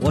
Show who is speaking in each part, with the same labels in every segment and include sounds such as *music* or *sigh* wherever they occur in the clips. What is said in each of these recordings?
Speaker 1: 我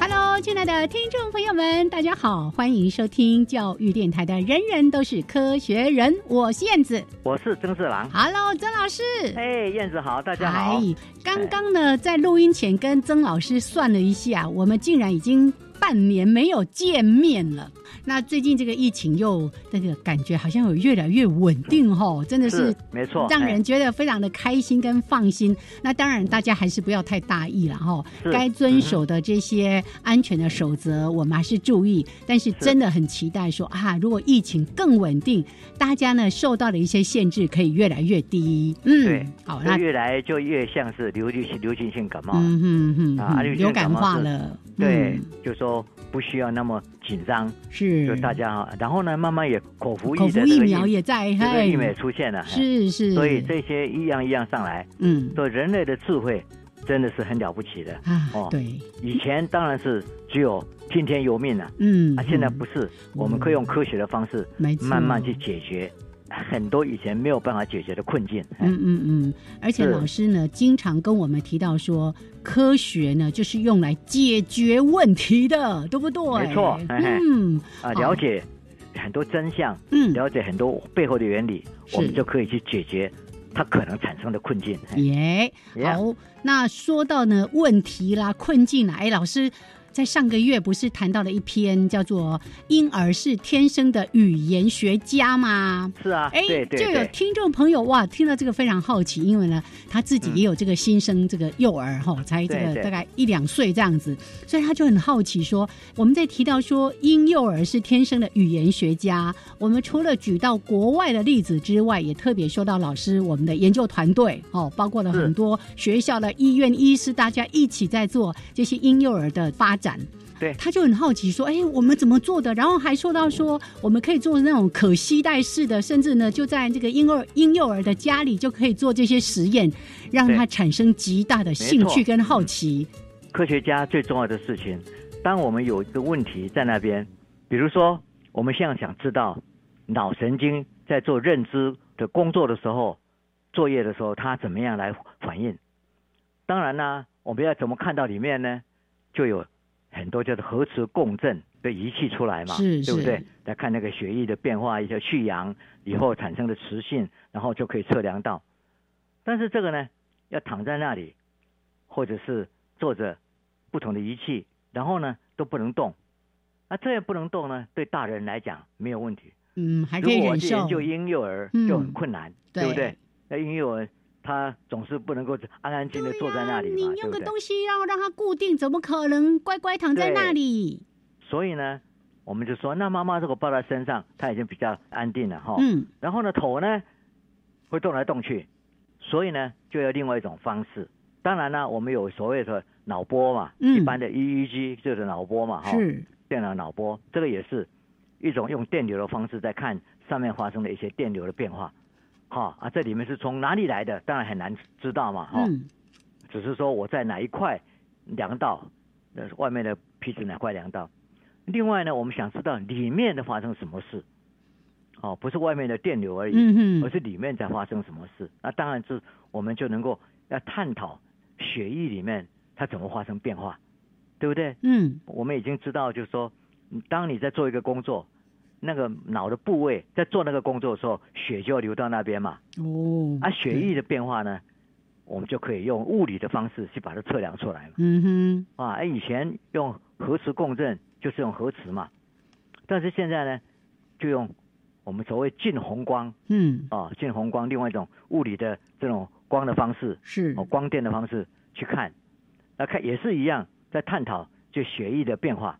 Speaker 2: Hello，亲爱的听众朋友们，大家好，欢迎收听教育电台的《人人都是科学人》，我是燕子。
Speaker 1: 我是曾志郎。
Speaker 2: Hello，曾老师。
Speaker 1: 哎，燕子好，大家好。
Speaker 2: 哎，刚刚呢，在录音前跟曾老师算了一下，我们竟然已经半年没有见面了。那最近这个疫情又那个感觉好像有越来越稳定哦，真的是
Speaker 1: 没错，
Speaker 2: 让
Speaker 1: 哎
Speaker 2: 人觉得非常的开心跟放心。那当然，大家还是不要太大意了哈，
Speaker 1: 是
Speaker 2: 该遵守的这些安全的守则，我们还是注意。但是真的很期待说啊，如果疫情更稳定，大家呢受到的一些限制可以越来越低。
Speaker 3: 对
Speaker 2: 嗯，好，
Speaker 3: 就
Speaker 2: 那
Speaker 3: 越来就越像是流行性流行性感冒，
Speaker 2: 嗯哼哼
Speaker 3: 啊
Speaker 2: 哼，
Speaker 3: 流行
Speaker 2: 流感
Speaker 3: 感冒
Speaker 2: 化
Speaker 3: 是
Speaker 2: 了，
Speaker 3: 对
Speaker 2: 嗯，
Speaker 3: 就说不需要那么紧张，就是大家哈，然后呢，慢慢也口服
Speaker 2: 口
Speaker 3: 液
Speaker 2: 服
Speaker 3: 的这
Speaker 2: 疫
Speaker 3: 个
Speaker 2: 苗也在，
Speaker 3: 这个
Speaker 2: 嘿
Speaker 3: 疫，苗也出现了，嘿
Speaker 2: 是是，
Speaker 3: 所以这些一样一样上来，
Speaker 2: 嗯
Speaker 3: 所以人类的智慧真的是很了不起的。
Speaker 2: 啊
Speaker 3: 哦
Speaker 2: 对，
Speaker 3: 以前当然是只有听天由命啊，
Speaker 2: 嗯，
Speaker 3: 啊，现在
Speaker 2: 嗯
Speaker 3: 不是，我们可以用科学的方式
Speaker 2: 没错
Speaker 3: 慢慢去解决很多以前没有办法解决的困境。嘿
Speaker 2: 嗯嗯嗯，而且
Speaker 3: 是
Speaker 2: 老师呢，经常跟我们提到说，科学呢就是用来解决问题的，对不对？
Speaker 3: 没错嘿嘿
Speaker 2: 嗯好
Speaker 3: 啊，了解很多真相，
Speaker 2: 嗯，
Speaker 3: 了解很多背后的原理，
Speaker 2: 是
Speaker 3: 我们就可以去解决它可能产生的困境。
Speaker 2: 嗯耶、
Speaker 3: Yeah
Speaker 2: 好，那说到呢问题啦、困境啦，哎，老师在上个月不是谈到了一篇叫做《婴儿是天生的语言学家》吗？
Speaker 3: 是啊，
Speaker 2: 哎
Speaker 3: 对，对
Speaker 2: 就有
Speaker 3: 对，
Speaker 2: 听众朋友哇，听到这个非常好奇，因为呢，他自己也有这个新生这个幼儿哈，才这
Speaker 3: 嗯对
Speaker 2: 个
Speaker 3: 对
Speaker 2: 大概一两岁这样子，所以他就很好奇说，我们在提到说婴幼儿是天生的语言学家，我们除了举到国外的例子之外，也特别说到老师我们的研究团队哦，包括了
Speaker 3: 是
Speaker 2: 很多学校的医院医师，大家一起在做这些婴幼儿的发展。
Speaker 3: 对
Speaker 2: 他就很好奇说：“哎、我们怎么做的？”然后还说到说，我们可以做那种可携带式的，甚至呢，就在这个婴儿婴幼儿的家里就可以做这些实验，让
Speaker 3: 对
Speaker 2: 他产生极大的兴趣跟好奇。
Speaker 3: 科学家最重要的事情，当我们有一个问题在那边，比如说我们现在想知道脑神经在做认知的工作的时候，作业的时候它怎么样来反应。当然啦、我们要怎么看到里面呢？就有很多叫做核磁共振的仪器出来嘛，
Speaker 2: 是
Speaker 3: 对不对
Speaker 2: 是？
Speaker 3: 来看那个血液的变化，一些去氧以后产生的磁性，然后就可以测量到。但是这个呢，要躺在那里，或者是坐着不同的仪器，然后呢都不能动。啊，这也不能动呢，对大人来讲没有问题。
Speaker 2: 嗯，还可
Speaker 3: 如
Speaker 2: 以
Speaker 3: 果我
Speaker 2: 忍
Speaker 3: 去
Speaker 2: 受
Speaker 3: 研。究婴幼儿
Speaker 2: 嗯
Speaker 3: 就很困难，
Speaker 2: 对
Speaker 3: 对不对？那婴幼儿他总是不能够安安静静地坐在那里
Speaker 2: 嗯你
Speaker 3: 嘛，对
Speaker 2: 用
Speaker 3: 不
Speaker 2: 个
Speaker 3: 对？
Speaker 2: 东西让让它固定，怎么可能乖乖躺在那里？
Speaker 3: 所以呢，我们就说，那妈妈如果抱在身上，她已经比较安定了哈。
Speaker 2: 嗯，
Speaker 3: 然后呢，头呢会动来动去，所以呢，就要另外一种方式。当然呢，我们有所谓的脑波嘛，
Speaker 2: 嗯
Speaker 3: 一般的 EEG 就是脑波嘛，哈，
Speaker 2: 是
Speaker 3: 电脑脑波，这个也是一种用电流的方式在看上面发生的一些电流的变化。哈啊，这里面是从哪里来的？当然很难知道嘛，哈、
Speaker 2: 嗯
Speaker 3: 只是说我在哪一块量到，呃，外面的皮质哪块量到。另外呢，我们想知道里面的发生什么事，哦，不是外面的电流而已，
Speaker 2: 嗯哼，
Speaker 3: 而是里面在发生什么事。那当然是我们就能够要探讨血液里面它怎么发生变化，对不对？
Speaker 2: 嗯
Speaker 3: 我们已经知道，就是说，嗯当你在做一个工作，那个脑的部位在做那个工作的时候，血就要流到那边嘛。
Speaker 2: 哦，
Speaker 3: 啊，血液的变化呢，我们就可以用物理的方式去把它测量出来嘛。
Speaker 2: 嗯哼，
Speaker 3: 啊，哎以前用核磁共振就是用核磁嘛，但是现在呢，就用我们所谓近红光
Speaker 2: 嗯，
Speaker 3: 啊、近红光另外一种物理的这种光的方式，
Speaker 2: 是
Speaker 3: 哦，光电的方式去看，那看也是一样，在探讨就血液的变化，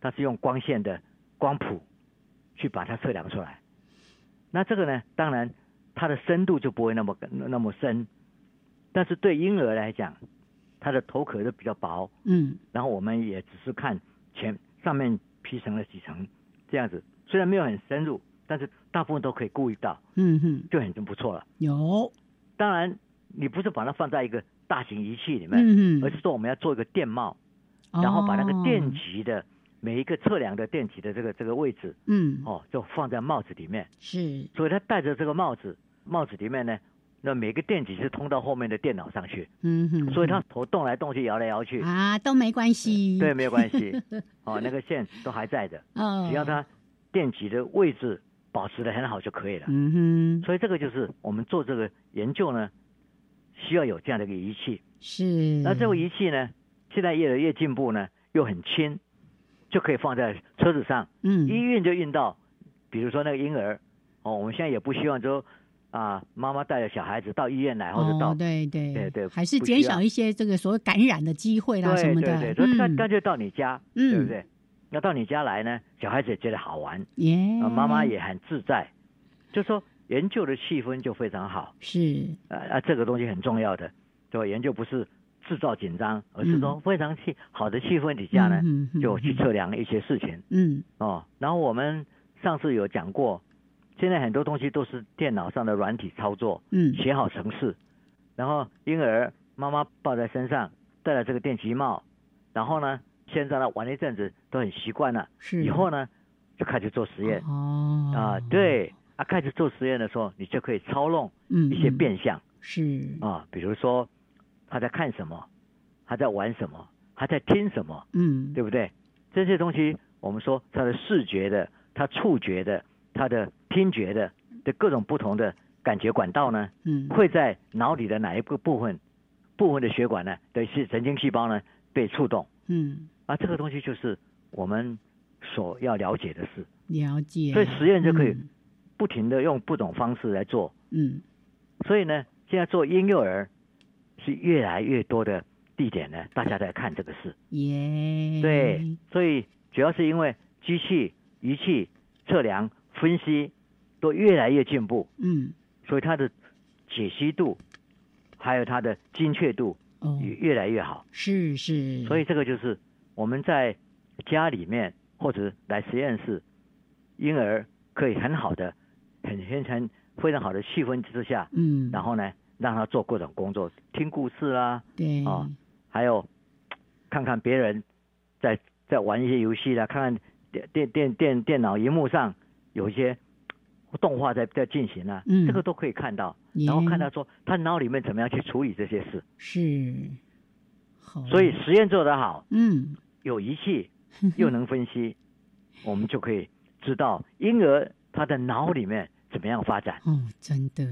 Speaker 3: 它是用光线的光谱去把它测量出来。那这个呢，当然它的深度就不会那么那么深，但是对婴儿来讲，它的头壳就比较薄，
Speaker 2: 嗯
Speaker 3: 然后我们也只是看前上面皮层的几层这样子，虽然没有很深入，但是大部分都可以顾虑到，
Speaker 2: 嗯哼，
Speaker 3: 就很就不错了。
Speaker 2: 有，
Speaker 3: 当然，你不是把它放在一个大型仪器里面，
Speaker 2: 嗯
Speaker 3: 而
Speaker 2: 哼
Speaker 3: 是，说我们要做一个电帽，然后把那个电
Speaker 2: 哦，
Speaker 3: 极的、每一个测量的电极的这个这个位置
Speaker 2: 嗯，
Speaker 3: 哦，就放在帽子里面。
Speaker 2: 是，
Speaker 3: 所以他戴着这个帽子，帽子里面呢，那每个电极是通到后面的电脑上去，
Speaker 2: 嗯哼，
Speaker 3: 所以他头动来动去、摇来摇去，
Speaker 2: 啊都没关系，
Speaker 3: 对，，没有关
Speaker 2: *laughs*
Speaker 3: 系，哦，那个线都还在的，
Speaker 2: 哦，
Speaker 3: 只要，它电极的位置保持的很好就可以了。
Speaker 2: 嗯哼，
Speaker 3: 所以这个就是我们做这个研究呢，需要有这样的一个仪器。
Speaker 2: 是，
Speaker 3: 那这个仪器呢，现在越来越进步呢，又很轻，就可以放在车子上，
Speaker 2: 嗯，
Speaker 3: 一运就运到，比如说那个婴儿，哦，我们现在也不希望说啊，妈妈带着小孩子到医院来，或者到、
Speaker 2: 哦，对对
Speaker 3: 对对
Speaker 2: 还是
Speaker 3: 不
Speaker 2: 减
Speaker 3: 需要
Speaker 2: 少一些这个所谓感染的机会啦什
Speaker 3: 对
Speaker 2: 么的，
Speaker 3: 对对，就干
Speaker 2: 嗯，
Speaker 3: 干脆到你家，
Speaker 2: 嗯
Speaker 3: 对不对？那到你家来呢，小孩子也觉得好玩，
Speaker 2: 耶，
Speaker 3: 啊，妈妈也很自在，就说研究的气氛就非常好，
Speaker 2: 是，
Speaker 3: 啊啊，这个东西很重要的，对吧？研究不是制造紧张，而是说非常气好的气氛底下呢。
Speaker 2: 嗯
Speaker 3: 就去，测量一些事情
Speaker 2: 嗯嗯
Speaker 3: 哦。然后我们上次有讲过，现在很多东西都是电脑上的软体操作，
Speaker 2: 嗯，
Speaker 3: 写好程式，然后婴儿妈妈抱在身上，戴了这个电极帽，然后呢，先让他玩一阵子，都很习惯了。
Speaker 2: 是，
Speaker 3: 以后呢，就开始做实验
Speaker 2: 嗯哦
Speaker 3: 啊，，对啊，开始做实验的时候，你就可以操弄
Speaker 2: 嗯，
Speaker 3: 一些
Speaker 2: 嗯
Speaker 3: 变相
Speaker 2: 是，
Speaker 3: 啊，比如说他在看什么，他在玩什么，他在听什么。
Speaker 2: 嗯，
Speaker 3: 对不对？这些东西，我们说它的视觉的、它触觉的、它的听觉的的各种不同的感觉管道呢，
Speaker 2: 嗯，
Speaker 3: 会在脑里的哪一个部分部分的血管呢的是神经细胞呢被触动
Speaker 2: 嗯，
Speaker 3: 啊？这个东西就是我们所要了解的事，
Speaker 2: 了解，
Speaker 3: 所以实验就可以
Speaker 2: 嗯
Speaker 3: 不停的用不同方式来做。
Speaker 2: 嗯，
Speaker 3: 所以呢，现在做婴幼儿是越来越多的地点呢，大家在看这个事。
Speaker 2: 耶，
Speaker 3: 对，，所以主要是因为机器、仪器测量、分析都越来越进步，
Speaker 2: 嗯，
Speaker 3: 所以它的解析度还有它的精确度
Speaker 2: 哦，
Speaker 3: 也越来越好。
Speaker 2: 是是，
Speaker 3: 所
Speaker 2: 以，
Speaker 3: 以这个就是我们在家里面或者来实验室，婴儿可以很好的、很很很非常好的气氛之下，
Speaker 2: 嗯，
Speaker 3: 然后呢让他做各种工作，听故事啦、
Speaker 2: 对，
Speaker 3: 啊还有看看别人在在玩一些游戏啦，看看电电电电电脑荧幕上有一些动画在在进行啊，
Speaker 2: 嗯
Speaker 3: 这个都可以看到，
Speaker 2: 耶
Speaker 3: 然后看到说他脑里面怎么样去处理这些事，
Speaker 2: 是，好，
Speaker 3: 所以，实验做得好，
Speaker 2: 嗯，
Speaker 3: 有仪
Speaker 2: *laughs*
Speaker 3: 器又能分析，我们就可以知道婴儿他的脑里面怎么样发展。
Speaker 2: 哦，真的，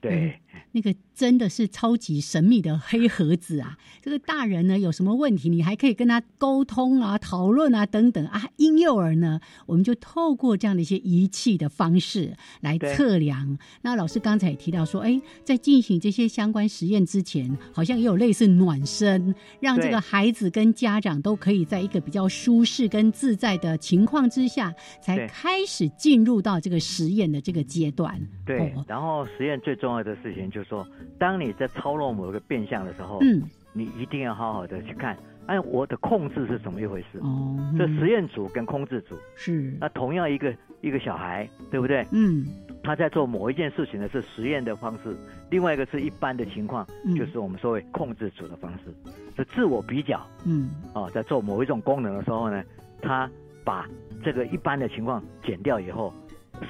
Speaker 3: 对，
Speaker 2: 那个真的是超级神秘的黑盒子啊！ *laughs* 这个大人呢有什么问题，你还可以跟他沟通啊、讨论啊等等啊。婴幼儿呢，我们就透过这样的一些仪器的方式来
Speaker 3: 对
Speaker 2: 测量。那老师刚才也提到说，哎，在进行这些相关实验之前，好像也有类似暖身，让这
Speaker 3: 对
Speaker 2: 个孩子跟家长都可以在一个比较舒适跟自在的情况之下，才
Speaker 3: 对
Speaker 2: 开始进入到这个实验的这个阶段。
Speaker 3: 对
Speaker 2: 哦，
Speaker 3: 然后实验最重要的事情就是说，当你在操弄某个变相的时候，
Speaker 2: 嗯，
Speaker 3: 你一定要好好的去看，哎，我的控制是怎么一回事？
Speaker 2: 哦，
Speaker 3: 这
Speaker 2: 嗯
Speaker 3: 实验组跟控制组，
Speaker 2: 是
Speaker 3: 那同样一个一个小孩，对不对？
Speaker 2: 嗯，
Speaker 3: 他在做某一件事情呢是实验的方式，另外一个是一般的情况，
Speaker 2: 嗯
Speaker 3: 就是我们所谓控制组的方式，是自我比较
Speaker 2: 嗯
Speaker 3: 哦，在做某一种功能的时候呢，他把这个一般的情况减掉以后，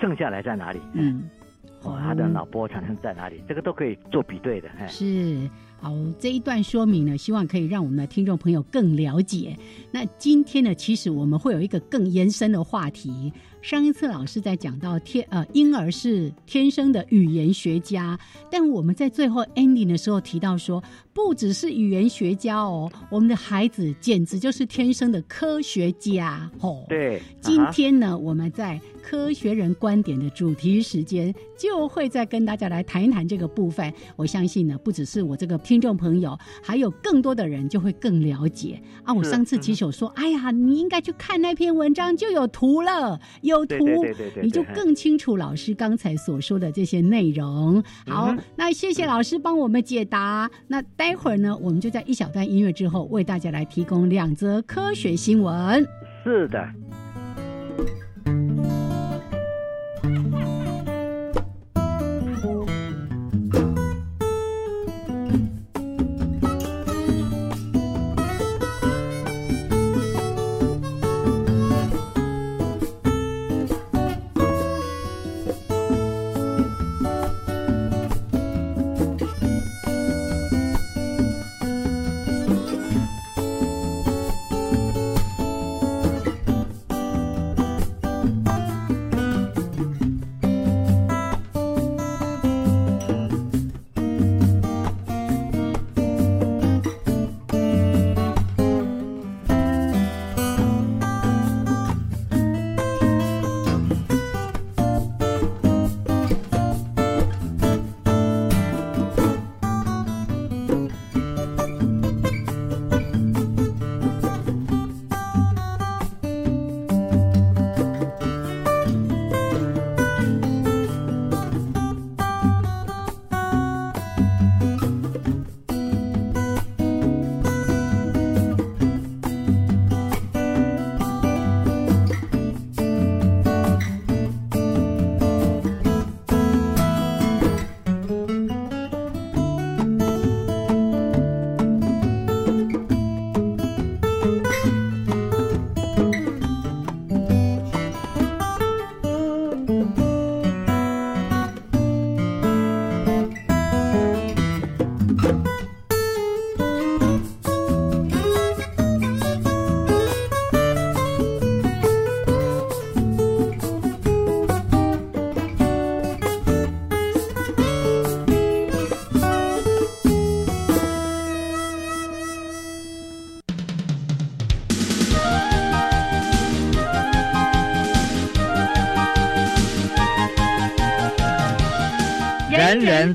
Speaker 3: 剩下来在哪里？，
Speaker 2: 嗯，
Speaker 3: 哦，他的脑波产生在哪里？这个都可以做比对的，哎，
Speaker 2: 是。好，这一段说明呢，希望可以让我们的听众朋友更了解。那今天呢，其实我们会有一个更延伸的话题。上一次老师在讲到天呃婴儿是天生的语言学家，但我们在最后 ending 的时候提到说，不只是语言学家哦，我们的孩子简直就是天生的科学家哦。
Speaker 3: 对，
Speaker 2: 今
Speaker 3: 啊哈
Speaker 2: 天呢，我们在科学人观点的主题时间，就会再跟大家来谈一谈这个部分。我相信呢，不只是我这个听众朋友，还有更多的人就会更了解啊。我
Speaker 3: 是嗯
Speaker 2: 上次其实有说，哎呀，你应该去看那篇文章，就有图了，有图
Speaker 3: 对对对对对，
Speaker 2: 你就
Speaker 3: 对
Speaker 2: 更清楚老师刚才所说的这些内容。好
Speaker 3: 嗯哼，
Speaker 2: 那谢谢老师帮我们解答。那待会儿呢，我们就在一小段音乐之后，为大家来提供两则科学新闻。
Speaker 3: 哎是的。
Speaker 1: 人人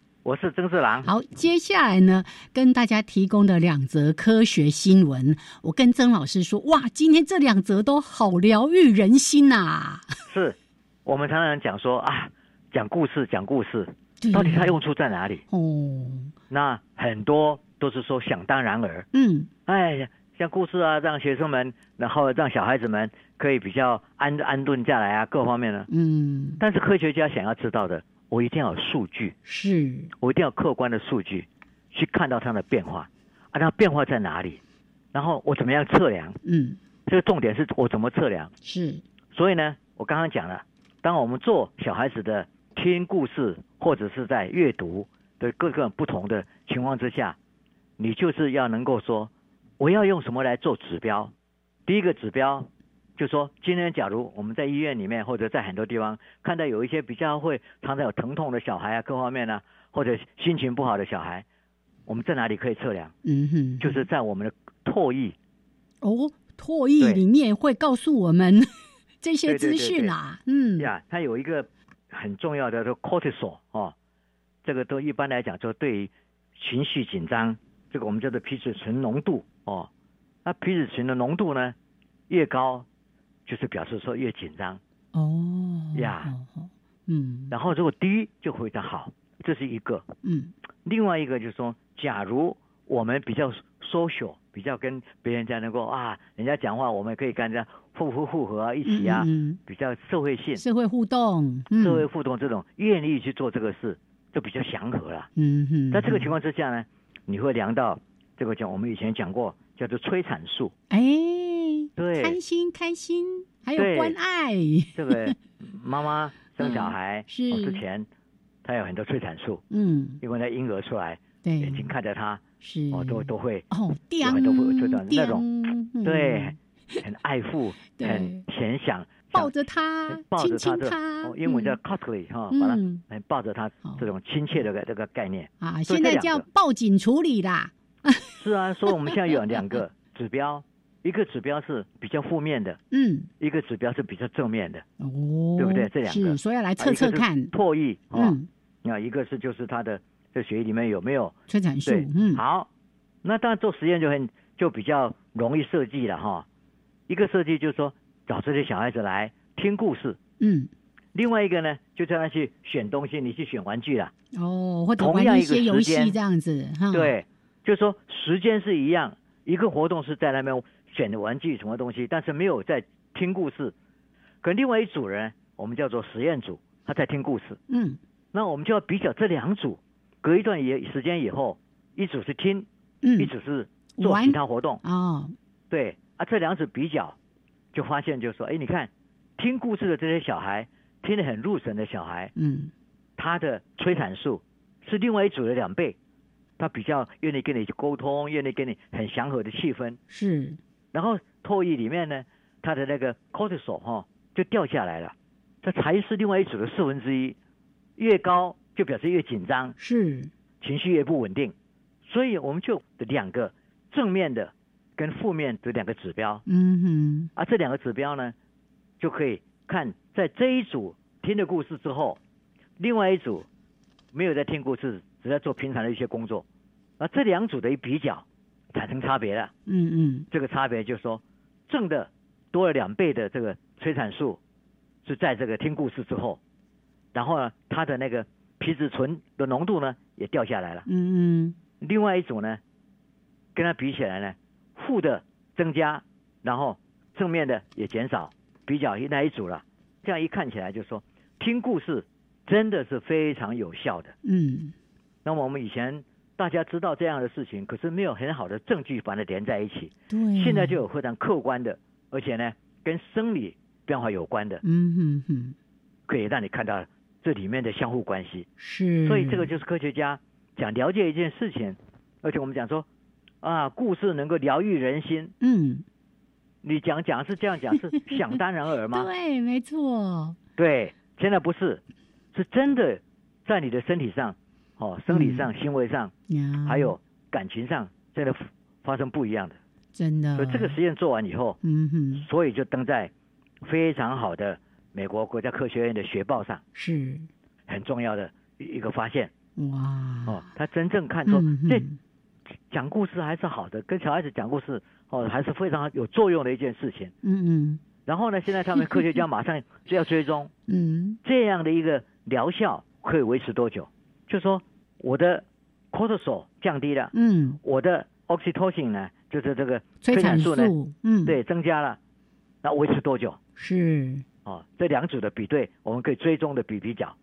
Speaker 3: 我是曾志
Speaker 1: *laughs*
Speaker 3: 郎，
Speaker 2: 好，接下来呢，跟大家提供的两则科学新闻，我跟曾老师说，哇，今天这两则都好疗愈人心啊呐、
Speaker 3: 是我们常常讲说啊，讲故事，讲故事，
Speaker 2: 对
Speaker 3: 到底它用处在哪里？
Speaker 2: 哦，
Speaker 3: 那很多都是说想当然而，
Speaker 2: 嗯，
Speaker 3: 哎呀，像故事啊，让学生们，然后让小孩子们可以比较安安顿下来啊，各方面呢。
Speaker 2: 嗯，
Speaker 3: 但是科学家想要知道的，我一定要有数据，
Speaker 2: 是，
Speaker 3: 我一定要有客观的数据去看到它的变化啊，那变化在哪里？然后我怎么样测量？
Speaker 2: 嗯，
Speaker 3: 这个重点是我怎么测量？
Speaker 2: 是，
Speaker 3: 所以呢，我刚刚讲了，当我们做小孩子的听故事或者是在阅读的各个不同的情况之下，你就是要能够说，我要用什么来做指标？第一个指标就说，今天假如我们在医院里面或者在很多地方看到有一些比较会常常有疼痛的小孩啊，各方面呢、或者心情不好的小孩，我们在哪里可以测量？
Speaker 2: 嗯哼，
Speaker 3: 就是在我们的唾液
Speaker 2: 哦，唾液
Speaker 3: 对
Speaker 2: 里面会告诉我们 *laughs* 这些
Speaker 3: 对对
Speaker 2: 资
Speaker 3: 对
Speaker 2: 讯
Speaker 3: 对
Speaker 2: 啦、嗯，
Speaker 3: 呀，它有一个很重要的叫 cortisol 哦，这个都一般来讲就对于情绪紧张，这个我们叫做皮质醇浓度哦。那皮质醇的浓度呢越高，就是表示说越紧张，
Speaker 2: 哦，
Speaker 3: 呀
Speaker 2: 哦，哦嗯，
Speaker 3: 然后如果低就会的好，这是一个。
Speaker 2: 嗯，
Speaker 3: 另外一个就是说，假如我们比较 social，比较跟别人家能够啊，人家讲话我们可以跟人家互互互合啊，一起啊，
Speaker 2: 嗯
Speaker 3: 比较社会性、
Speaker 2: 社会互动，嗯
Speaker 3: 社会互动这种，愿意去做这个事，就比较祥和了。
Speaker 2: 嗯哼，
Speaker 3: 在这个情况之下呢，你会量到这个叫我们以前讲过叫做催产素，
Speaker 2: 哎，开
Speaker 3: 对，
Speaker 2: 心开心，还有
Speaker 3: 对
Speaker 2: 关爱，
Speaker 3: 这个妈妈生小
Speaker 2: *laughs*
Speaker 3: 孩、
Speaker 2: 嗯是
Speaker 3: 哦之前，她有很多催产素，
Speaker 2: 嗯，
Speaker 3: 因为那婴儿出来，
Speaker 2: 对
Speaker 3: 眼，睛看着她，
Speaker 2: 是
Speaker 3: 哦，都都会
Speaker 2: 哦，
Speaker 3: 有
Speaker 2: 叮
Speaker 3: 很多会这种那
Speaker 2: 种
Speaker 3: 对，很爱
Speaker 2: 嗯
Speaker 3: 护，
Speaker 2: *laughs* 对
Speaker 3: 很贤祥，
Speaker 2: 抱着
Speaker 3: 着
Speaker 2: 他，
Speaker 3: 抱
Speaker 2: 亲
Speaker 3: 着她
Speaker 2: 亲
Speaker 3: 这个
Speaker 2: 他，
Speaker 3: 哦，英文叫
Speaker 2: 嗯
Speaker 3: cuddly 哈，
Speaker 2: 嗯
Speaker 3: 把它嗯抱着她
Speaker 2: 好
Speaker 3: 这种亲切的这个概念。
Speaker 2: 啊，
Speaker 3: 所以
Speaker 2: 现在
Speaker 3: 这两
Speaker 2: 叫
Speaker 3: 个
Speaker 2: 报警处理啦，
Speaker 3: 是啊，所以我们现在有两个指标，一个指标是比较负面的，
Speaker 2: 嗯，
Speaker 3: 一个指标是比较正面的，
Speaker 2: 哦，
Speaker 3: 对不对这两个
Speaker 2: 是，所以要来呃
Speaker 3: 啊
Speaker 2: 测测
Speaker 3: 一个
Speaker 2: 看
Speaker 3: 是，唾液啊，
Speaker 2: 嗯，
Speaker 3: 那、一个是就是它的这血液里面有没有
Speaker 2: 催产素
Speaker 3: 对，，
Speaker 2: 嗯，
Speaker 3: 好，那当然做实验就很就比较容易设计了哈。一个设计就是说找这些小孩子来听故事，
Speaker 2: 嗯，
Speaker 3: 另外一个呢就叫他去选东西，你去选玩具啦。
Speaker 2: 哦，或者
Speaker 3: 同
Speaker 2: 玩
Speaker 3: 样一个
Speaker 2: 些游
Speaker 3: 时
Speaker 2: 戏
Speaker 3: 间
Speaker 2: 这样子，哈，，
Speaker 3: 对，就是说时间是一样，一个活动是在那边选玩具什么东西，但是没有在听故事。可另外一组人，我们叫做实验组，他在听故事。
Speaker 2: 嗯，
Speaker 3: 那我们就要比较这两组，隔一段也时间以后，一组是听，一
Speaker 2: 嗯，
Speaker 3: 组是做
Speaker 2: 玩
Speaker 3: 其他活动。
Speaker 2: 哦，
Speaker 3: 对啊，这两组比较，就发现就说，哎，你看听故事的这些小孩，听得很入神的小孩，
Speaker 2: 嗯，
Speaker 3: 他的催产素是另外一组的两倍，他比较愿意跟你去沟通，愿意跟你很祥和的气氛。
Speaker 2: 是，
Speaker 3: 然后唾液里面呢，他的那个 cortisol 哈、就掉下来了，这才是另外一组的四分之一，越高就表示越紧张，
Speaker 2: 是，
Speaker 3: 情绪越不稳定。所以我们就两个正面的跟负面的两个指标，
Speaker 2: 嗯
Speaker 3: 啊，这两个指标呢，就可以看在这一组听的故事之后，另外一组没有在听故事，只在做平常的一些工作，啊，这两组的一比较，产生差别了。
Speaker 2: 哼，嗯
Speaker 3: 这个差别就是说，正的多了两倍的这个催产素是在这个听故事之后，然后呢，它的那个皮质醇的浓度呢也掉下来了
Speaker 2: 嗯。嗯
Speaker 3: 另外一组呢，跟它比起来呢，负的增加，然后正面的也减少，比较那一组了。这样一看起来就说，听故事真的是非常有效的。
Speaker 2: 嗯
Speaker 3: 那么我们以前大家知道这样的事情，可是没有很好的证据把它连在一起。
Speaker 2: 嗯，对，
Speaker 3: 现在就有非常客观的，而且呢跟生理变化有关的，
Speaker 2: 嗯哼哼，
Speaker 3: 可以让你看到这里面的相互关系。
Speaker 2: 是，
Speaker 3: 所以这个就是科学家讲了解一件事情，而且我们讲说啊，故事能够疗愈人心。
Speaker 2: 嗯，
Speaker 3: 你讲讲是这样讲，是想当然尔
Speaker 2: *laughs*
Speaker 3: 吗？
Speaker 2: 对，没错，
Speaker 3: 对，现在不是，是真的在你的身体上、哦，生理
Speaker 2: 嗯
Speaker 3: 上、行为上，
Speaker 2: 呀，
Speaker 3: 还有感情上，真的发生不一样的。
Speaker 2: 真的
Speaker 3: 所，以这个实验做完以后，
Speaker 2: 嗯哼，
Speaker 3: 所以就登在非常好的美国国家科学院的学报上，
Speaker 2: 是，
Speaker 3: 很重要的一个发现
Speaker 2: 哇，
Speaker 3: 哦。他真正看出
Speaker 2: 嗯
Speaker 3: 这
Speaker 2: 哼，
Speaker 3: 讲故事还是好的，跟小孩子讲故事哦还是非常有作用的一件事情。
Speaker 2: 嗯嗯
Speaker 3: 然后呢，现在他们科学家马上就要
Speaker 2: *laughs*
Speaker 3: 追踪
Speaker 2: 嗯，
Speaker 3: 这样的一个疗效可以维持多久，就说我的 cortisol 降低了，
Speaker 2: 嗯，
Speaker 3: 我的 oxytocin 呢，就是这个
Speaker 2: 催产
Speaker 3: 素呢，
Speaker 2: 素，嗯，，
Speaker 3: 对，增加了，那维持多久？
Speaker 2: 是
Speaker 3: 哦，这两组的比对，我们可以追踪的比比较。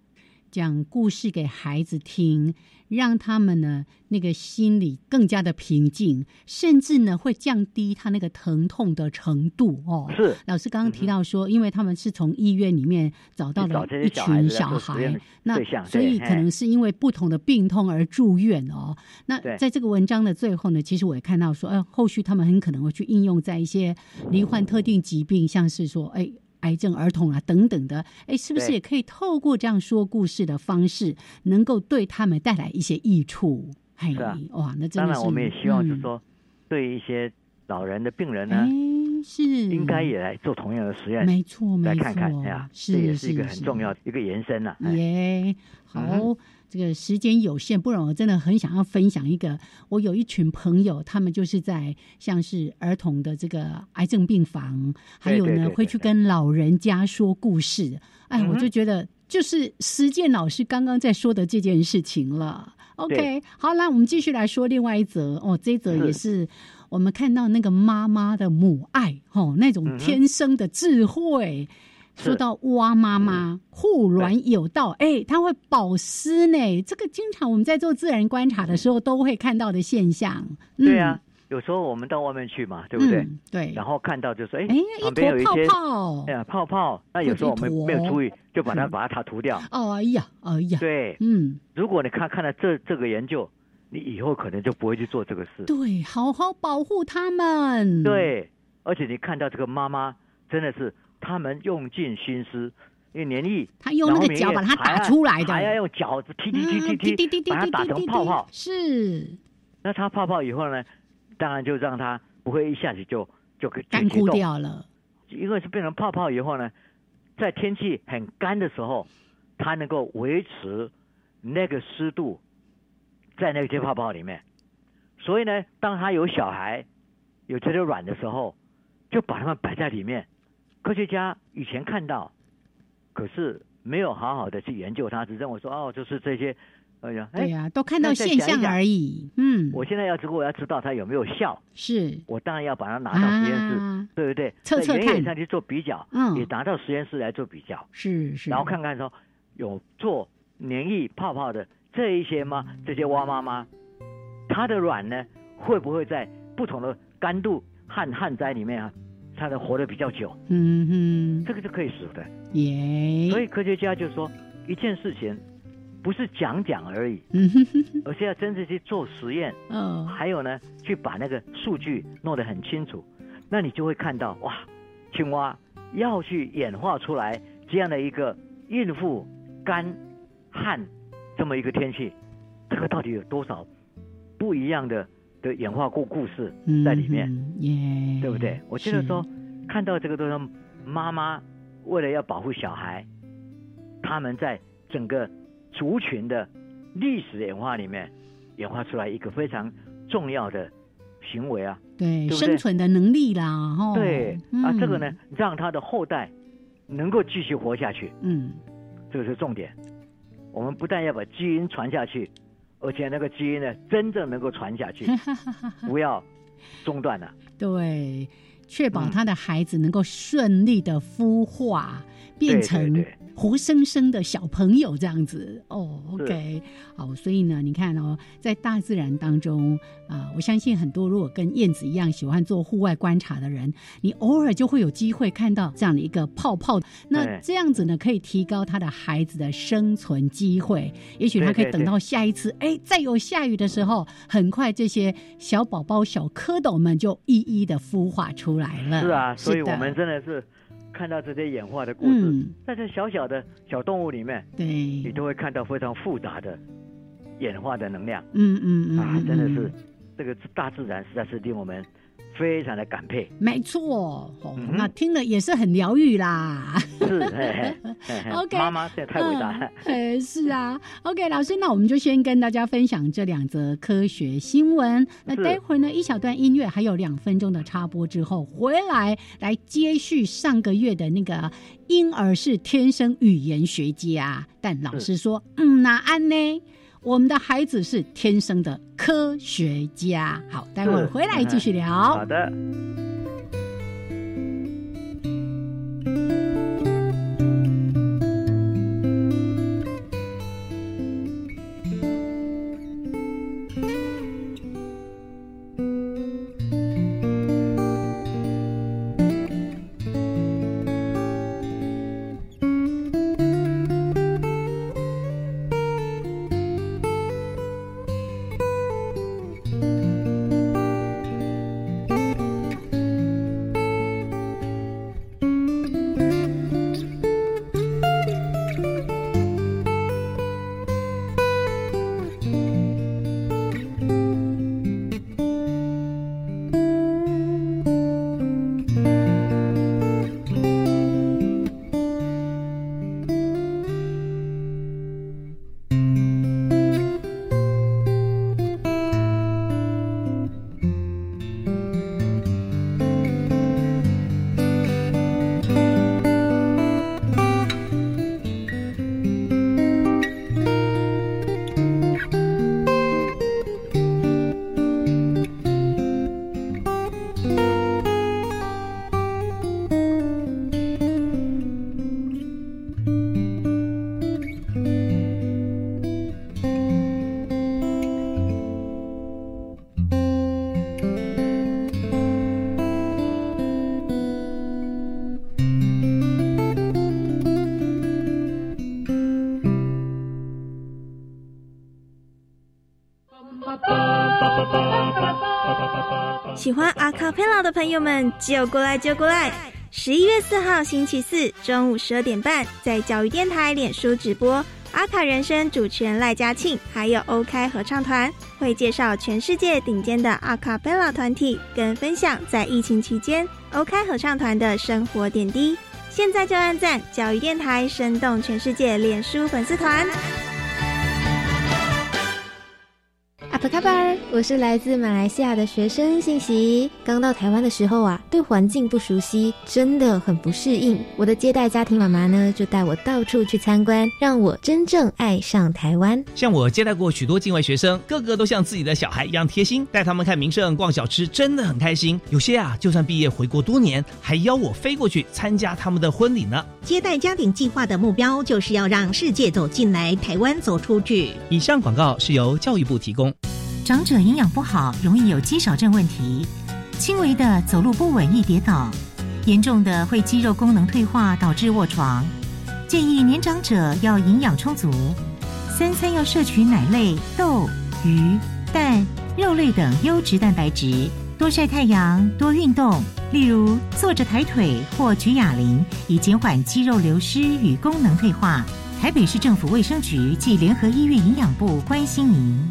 Speaker 2: 讲故事给孩子听，让他们呢那个心里更加的平静，甚至呢会降低他那个疼痛的程度哦。
Speaker 3: 是
Speaker 2: 老师刚刚提到说，因为他们是从医院里面找到了
Speaker 3: 找这
Speaker 2: 一
Speaker 3: 些小孩
Speaker 2: 群小
Speaker 3: 子来做实验
Speaker 2: 孩
Speaker 3: 的，
Speaker 2: 那
Speaker 3: 对象
Speaker 2: 所
Speaker 3: 对
Speaker 2: 以可能是因为不同的病痛而住院哦。那
Speaker 3: 对
Speaker 2: 在这个文章的最后呢，其实我也看到说，呃，后续他们很可能会去应用在一些罹患特定疾病，像是说，哎。癌症儿童啊，等等的，哎，是不是
Speaker 3: 对
Speaker 2: 也可以透过这样说故事的方式，能够对他们带来一些益处？嘿，
Speaker 3: 是啊
Speaker 2: 哇，那真
Speaker 3: 当
Speaker 2: 的是，
Speaker 3: 然，我们也希望就
Speaker 2: 嗯，
Speaker 3: 是说，对于一些老人的病人
Speaker 2: 哎、
Speaker 3: 呢，
Speaker 2: 是
Speaker 3: 应该也来做同样的实验。
Speaker 2: 嗯没错，没
Speaker 3: 来
Speaker 2: 错，
Speaker 3: 看看，哎呀，这
Speaker 2: 是
Speaker 3: 也是一个很
Speaker 2: 是
Speaker 3: 重要的一个延伸呐、哎
Speaker 2: 耶、好、
Speaker 3: 嗯
Speaker 2: 这个时间有限，不然我真的很想要分享一个，我有一群朋友，他们就是在像是儿童的这个癌症病房，还有呢
Speaker 3: 对对对嗯
Speaker 2: 会去跟老人家说故事，哎，我就觉得。就是实践老师刚刚在说的这件事情了。OK，好，那我们继续来说另外一则哦，这一则
Speaker 3: 是
Speaker 2: 也是我们看到那个妈妈的母爱，吼，那种
Speaker 3: 嗯哼
Speaker 2: 天生的智慧。
Speaker 3: 是嗯
Speaker 2: 说到蛙妈妈护卵有道，哎，它会保湿呢。这个经常我们在做自然观察的时候都会看到的现象。嗯
Speaker 3: 对啊，，有时候我们到外面去嘛，对不对？
Speaker 2: 嗯对。
Speaker 3: 然后看到就说，哎
Speaker 2: 哎，一
Speaker 3: 旁边有
Speaker 2: 坨
Speaker 3: 一
Speaker 2: 泡
Speaker 3: 些
Speaker 2: 泡
Speaker 3: 哎。呀泡泡，那有时候我们
Speaker 2: 或者一坨
Speaker 3: 没有注意，就把它
Speaker 2: 嗯
Speaker 3: 把它涂掉。
Speaker 2: 哦，哎呀，哎呀，
Speaker 3: 对，
Speaker 2: 嗯，
Speaker 3: 如果你看看了这这个研究，你以后可能就不会去做这个事。
Speaker 2: 对，好好保护他们。，
Speaker 3: 对，而且你看到这个妈妈真的是他们用尽心思，因为黏液
Speaker 2: 他用那
Speaker 3: 然后
Speaker 2: 个
Speaker 3: 黏
Speaker 2: 脚
Speaker 3: 液
Speaker 2: 把它
Speaker 3: 还
Speaker 2: 打
Speaker 3: 要
Speaker 2: 出来的，
Speaker 3: 还要用脚踢踢踢
Speaker 2: 嗯
Speaker 3: 踢
Speaker 2: 滴
Speaker 3: 踢，
Speaker 2: 滴滴
Speaker 3: 把它打
Speaker 2: 滴滴
Speaker 3: 成
Speaker 2: 滴
Speaker 3: 泡泡。
Speaker 2: 是
Speaker 3: 那它泡泡以后呢，当然就让它不会一下子就就就
Speaker 2: 干
Speaker 3: 激
Speaker 2: 枯
Speaker 3: 动，
Speaker 2: 掉了。
Speaker 3: 一个是变成泡泡以后呢，在天气很干的时候，它能够维持那个湿度在那些泡泡里面。所以呢，当它有小孩有这些卵的时候，就把它们摆在里面。科学家以前看到，可是没有好好的去研究它，只认为说哦，就是这些，哎呀，
Speaker 2: 对
Speaker 3: 哎，
Speaker 2: 呀、都看到
Speaker 3: 那再
Speaker 2: 现
Speaker 3: 想一
Speaker 2: 象
Speaker 3: 想
Speaker 2: 而已。嗯，
Speaker 3: 我现在要如果我要知道它有没有效，
Speaker 2: 是
Speaker 3: 我当然要把它拿到实验室，
Speaker 2: 啊、
Speaker 3: 对不对？
Speaker 2: 测测
Speaker 3: 在原野
Speaker 2: 看
Speaker 3: 上去做比较，
Speaker 2: 嗯
Speaker 3: 也拿到实验室来做比较，
Speaker 2: 是是，
Speaker 3: 然后看看说有做黏液泡泡的这一些吗？这些蛙妈妈，它的卵呢会不会在不同的干度和旱灾里面啊，它的活得比较久？
Speaker 2: 嗯
Speaker 3: 这个是可以数的。
Speaker 2: 哼，耶，
Speaker 3: 所以科学家就说，一件事情不是讲讲而已，
Speaker 2: 嗯哼哼哼，
Speaker 3: 而是要真正去做实验，
Speaker 2: 哦，
Speaker 3: 还有呢，去把那个数据弄得很清楚，那你就会看到哇，青蛙要去演化出来这样的一个应付干旱这么一个天气，这个到底有多少不一样的的演化故故事在里面，
Speaker 2: 嗯哼耶，
Speaker 3: 对不对？我记得
Speaker 2: 嗯是
Speaker 3: 说，看到这个都是妈妈为了要保护小孩，他们在整个族群的历史演化里面演化出来一个非常重要的行为啊。
Speaker 2: 对
Speaker 3: 对不对
Speaker 2: 生存的能力啦，哦，
Speaker 3: 对啊，
Speaker 2: 嗯
Speaker 3: 这个呢，，让他的后代能够继续活下去，
Speaker 2: 嗯，，
Speaker 3: 这个是重点。我们不但要把基因传下去，而且那个基因呢，真正能够传下去
Speaker 2: *laughs* 哈哈哈哈，
Speaker 3: 不要中断了。
Speaker 2: 对，确保
Speaker 3: 嗯
Speaker 2: 他的孩子能够顺利的孵化，变
Speaker 3: 对对
Speaker 2: 成
Speaker 3: 对
Speaker 2: 活生生的小朋友这样子。哦
Speaker 3: 是
Speaker 2: ，OK，好，所以呢，你看哦，在大自然当中啊、我相信很多如果跟燕子一样喜欢做户外观察的人，你偶尔就会有机会看到这样的一个泡泡。那
Speaker 3: 对
Speaker 2: 这样子呢，可以提高他的孩子的生存机会。也许他
Speaker 3: 对
Speaker 2: 可以
Speaker 3: 对
Speaker 2: 等
Speaker 3: 对
Speaker 2: 到下一次，哎，再有下雨的时候，很快这些小宝宝、小蝌蚪们就一一的孵化出来了。
Speaker 3: 是啊，所以我
Speaker 2: 嗯的
Speaker 3: 们真的是看到这些演化的故事，
Speaker 2: 嗯，
Speaker 3: 在这小小的小动物里面，你
Speaker 2: 对，
Speaker 3: 都会看到非常复杂的演化的能量
Speaker 2: 嗯嗯嗯，
Speaker 3: 啊
Speaker 2: 嗯，
Speaker 3: 真的
Speaker 2: 嗯
Speaker 3: 是这个大自然实在是令我们非常的感佩。
Speaker 2: 嗯没错，哦
Speaker 3: 嗯哼
Speaker 2: 那听了也是很疗愈啦。 *laughs*
Speaker 3: 是，嘿嘿嘿嘿
Speaker 2: OK，
Speaker 3: 妈妈现在太伟大 *laughs* 了。
Speaker 2: 嗯呃，是啊，OK，老师，那我们就先跟大家分享这两则科学新闻。那
Speaker 3: 是
Speaker 2: 待会儿呢，一小段音乐，还有两分钟的插播之后，回来来接续上个月的那个婴儿是天生语言学家，但老师说，嗯，那安呢？我们的孩子是天生的科学家。好，待会儿
Speaker 3: 是
Speaker 2: 回来继续聊。
Speaker 3: 好的。
Speaker 4: Thank 喜欢阿卡佩拉的朋友们，就过来就过来！十一月四号星期四中午十二点半，在教育电台脸书直播，阿卡人生主持人赖嘉庆还有 OK 合唱团会介绍全世界顶尖的阿卡贝拉团体，跟分享在疫情期间 OK 合唱团的生活点滴。现在就按赞教育电台生动全世界脸书粉丝团。
Speaker 5: 阿巴卡巴尔，我是来自马来西亚的学生信息。刚到台湾的时候啊，对环境不熟悉，真的很不适应。我的接待家庭妈妈呢，就带我到处去参观，让我真正爱上台湾。
Speaker 6: 像我接待过许多境外学生，个个都像自己的小孩一样贴心，带他们看名胜、逛小吃，真的很开心。有些啊，就算毕业回国多年，还邀我飞过去参加他们的婚礼呢。
Speaker 7: 接待家庭计划的目标就是要让世界走进来，台湾走出去。
Speaker 6: 以上广告是由教育部提供。
Speaker 8: 长者营养不好，容易有肌少症问题，轻微的走路不稳易跌倒，严重的会肌肉功能退化导致卧床。建议年长者要营养充足，三餐要摄取奶类、豆、鱼、蛋、肉类等优质蛋白质，多晒太阳，多运动，例如坐着抬腿或举哑铃，以减缓肌肉流失与功能退化。台北市政府卫生局暨联合医院营养部关心您。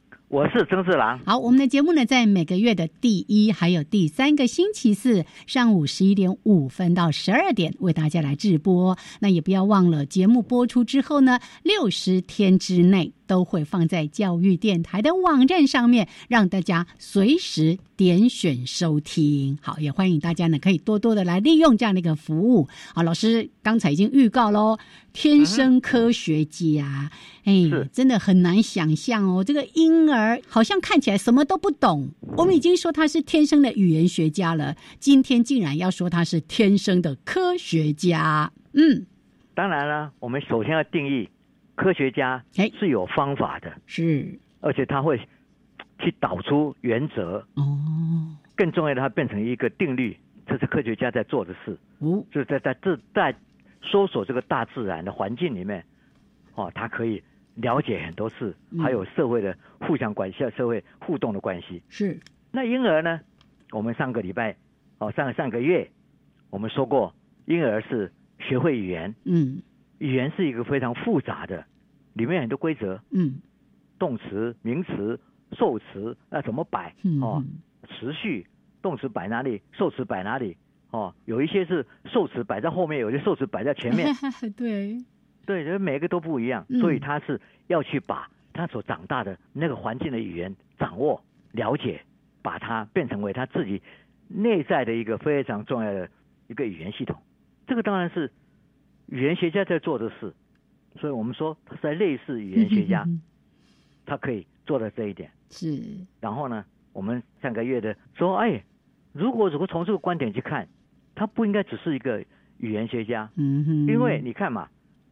Speaker 3: 我是曾志郎，
Speaker 2: 好，我们的节目呢，在每个月的第一还有第三个星期四上午十一点五分到十二点为大家来直播。那也不要忘了，节目播出之后呢，六十天之内都会放在教育电台的网站上面，让大家随时点选收听。好，也欢迎大家呢，可以多多的来利用这样的一个服务。好，老师刚才已经预告喽，天生科学家。哎
Speaker 3: 是，
Speaker 2: 真的很难想象哦。这个婴儿好像看起来什么都不懂，我们已经说他是天生的语言学家了，今天竟然要说他是天生的科学家。嗯，
Speaker 3: 当然了，我们首先要定义科学家
Speaker 2: 哎
Speaker 3: 是有方法的，
Speaker 2: 是
Speaker 3: 而且他会去导出原则。
Speaker 2: 哦，
Speaker 3: 更重要的，它变成一个定律，这是科学家在做的事，
Speaker 2: 哦，
Speaker 3: 就是在在自在搜索这个大自然的环境里面，哦，他可以了解很多事，
Speaker 2: 嗯
Speaker 3: 还有社会的互相关系、社会互动的关系。
Speaker 2: 是
Speaker 3: 那婴儿呢？我们上个礼拜，哦，上上个月，我们说过，婴儿是学会语言，
Speaker 2: 嗯
Speaker 3: 语言是一个非常复杂的，里面很多规则，
Speaker 2: 嗯
Speaker 3: 动词、名词、受词，那怎么摆
Speaker 2: 嗯，
Speaker 3: 哦？持续，动词摆哪里，受词摆哪里哦。有一些是受词摆在后面，有些受词摆在
Speaker 2: *laughs*
Speaker 3: 前面，
Speaker 2: 对，
Speaker 3: 对，人每个都不一样，
Speaker 2: 嗯
Speaker 3: 所以他是要去把他所长大的那个环境的语言掌握、了解，把它变成为他自己内在的一个非常重要的一个语言系统。这个当然是语言学家在做的事，所以我们说他是在类似语言学家，
Speaker 2: 嗯嗯嗯
Speaker 3: 他可以做到这一点。
Speaker 2: *laughs* 是
Speaker 3: 然后呢，我们上个月的说，哎，如果如果从这个观点去看，他不应该只是一个语言学家，
Speaker 2: 嗯哼，
Speaker 3: 因为你看嘛，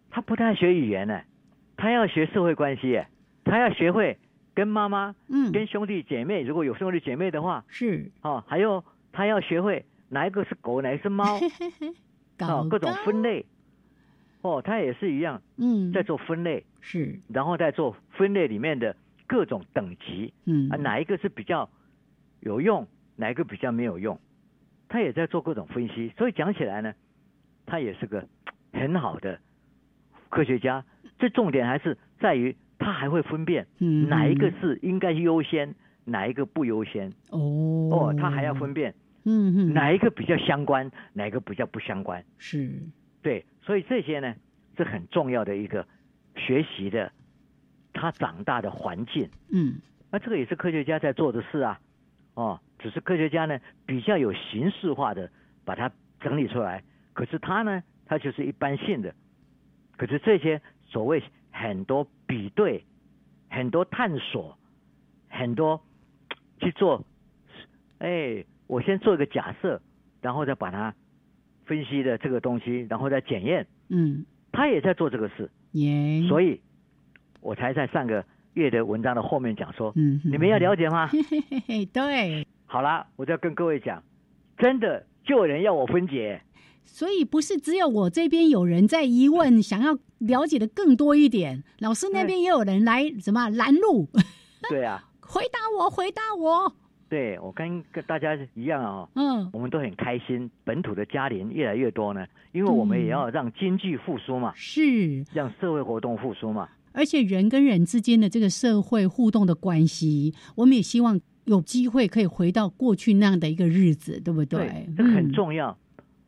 Speaker 3: 他不太学语言呢，他要学社会关系耶，他要学会跟妈妈、
Speaker 2: 嗯
Speaker 3: 跟兄弟姐妹，如果有兄弟姐妹的话，
Speaker 2: 是
Speaker 3: 哦，还有他要学会哪一个是狗，哪一
Speaker 2: *laughs*
Speaker 3: 个是猫，
Speaker 2: 搞
Speaker 3: 哦，各种
Speaker 2: 纲
Speaker 3: 分类，哦，他也是一样
Speaker 2: 嗯
Speaker 3: 在做分类，
Speaker 2: 是
Speaker 3: 然后再做分类里面的各种等级，
Speaker 2: 嗯
Speaker 3: 啊，哪一个是比较有用，哪一个比较没有用，他也在做各种分析，所以讲起来呢，他也是个很好的科学家。最重点还是在于他还会分辨
Speaker 2: 嗯
Speaker 3: 哪一个是应该优先，哪一个不优先。
Speaker 2: 哦
Speaker 3: 哦，他还要分辨
Speaker 2: 嗯嗯，
Speaker 3: 哪一个比较相关，哪一个比较不相关？
Speaker 2: 是
Speaker 3: 对，所以这些呢是很重要的一个学习的他长大的环境。
Speaker 2: 嗯
Speaker 3: 那这个也是科学家在做的事啊，哦，只是科学家呢比较有形式化的把它整理出来，可是他呢，他就是一般性的，可是这些所谓很多比对、很多探索、很多去做，哎，我先做一个假设，然后再把它分析的这个东西，然后再检验，
Speaker 2: 嗯
Speaker 3: 他也在做这个事，
Speaker 2: 耶，
Speaker 3: 所
Speaker 2: 以
Speaker 3: 以我才在上个月的文章的后面讲说，
Speaker 2: 嗯，
Speaker 3: 你们要了
Speaker 2: *laughs*
Speaker 3: 解吗？
Speaker 2: 嘿嘿嘿嘿，对，
Speaker 3: 好啦，我就要跟各位讲，真的就有人要我分
Speaker 2: *laughs*
Speaker 3: 解，
Speaker 2: 所以不是只有我这边有人在疑
Speaker 3: 嗯
Speaker 2: 问，想要了解的更多一点，老师那边也有人来什么拦路， *laughs*
Speaker 3: 对啊，
Speaker 2: 回答我，回答我，
Speaker 3: 对我跟跟大家一样啊、哦，
Speaker 2: 嗯，
Speaker 3: 我们都很开心，本土的家庭越来越多呢，因为我们也要让经济复苏
Speaker 2: 嗯
Speaker 3: 嘛，
Speaker 2: 是，
Speaker 3: 让社会活动复苏嘛，
Speaker 2: 而且人跟人之间的这个社会互动的关系，我们也希望有机会可以回到过去那样的一个日子，对不
Speaker 3: 这个很
Speaker 2: 嗯
Speaker 3: 重要。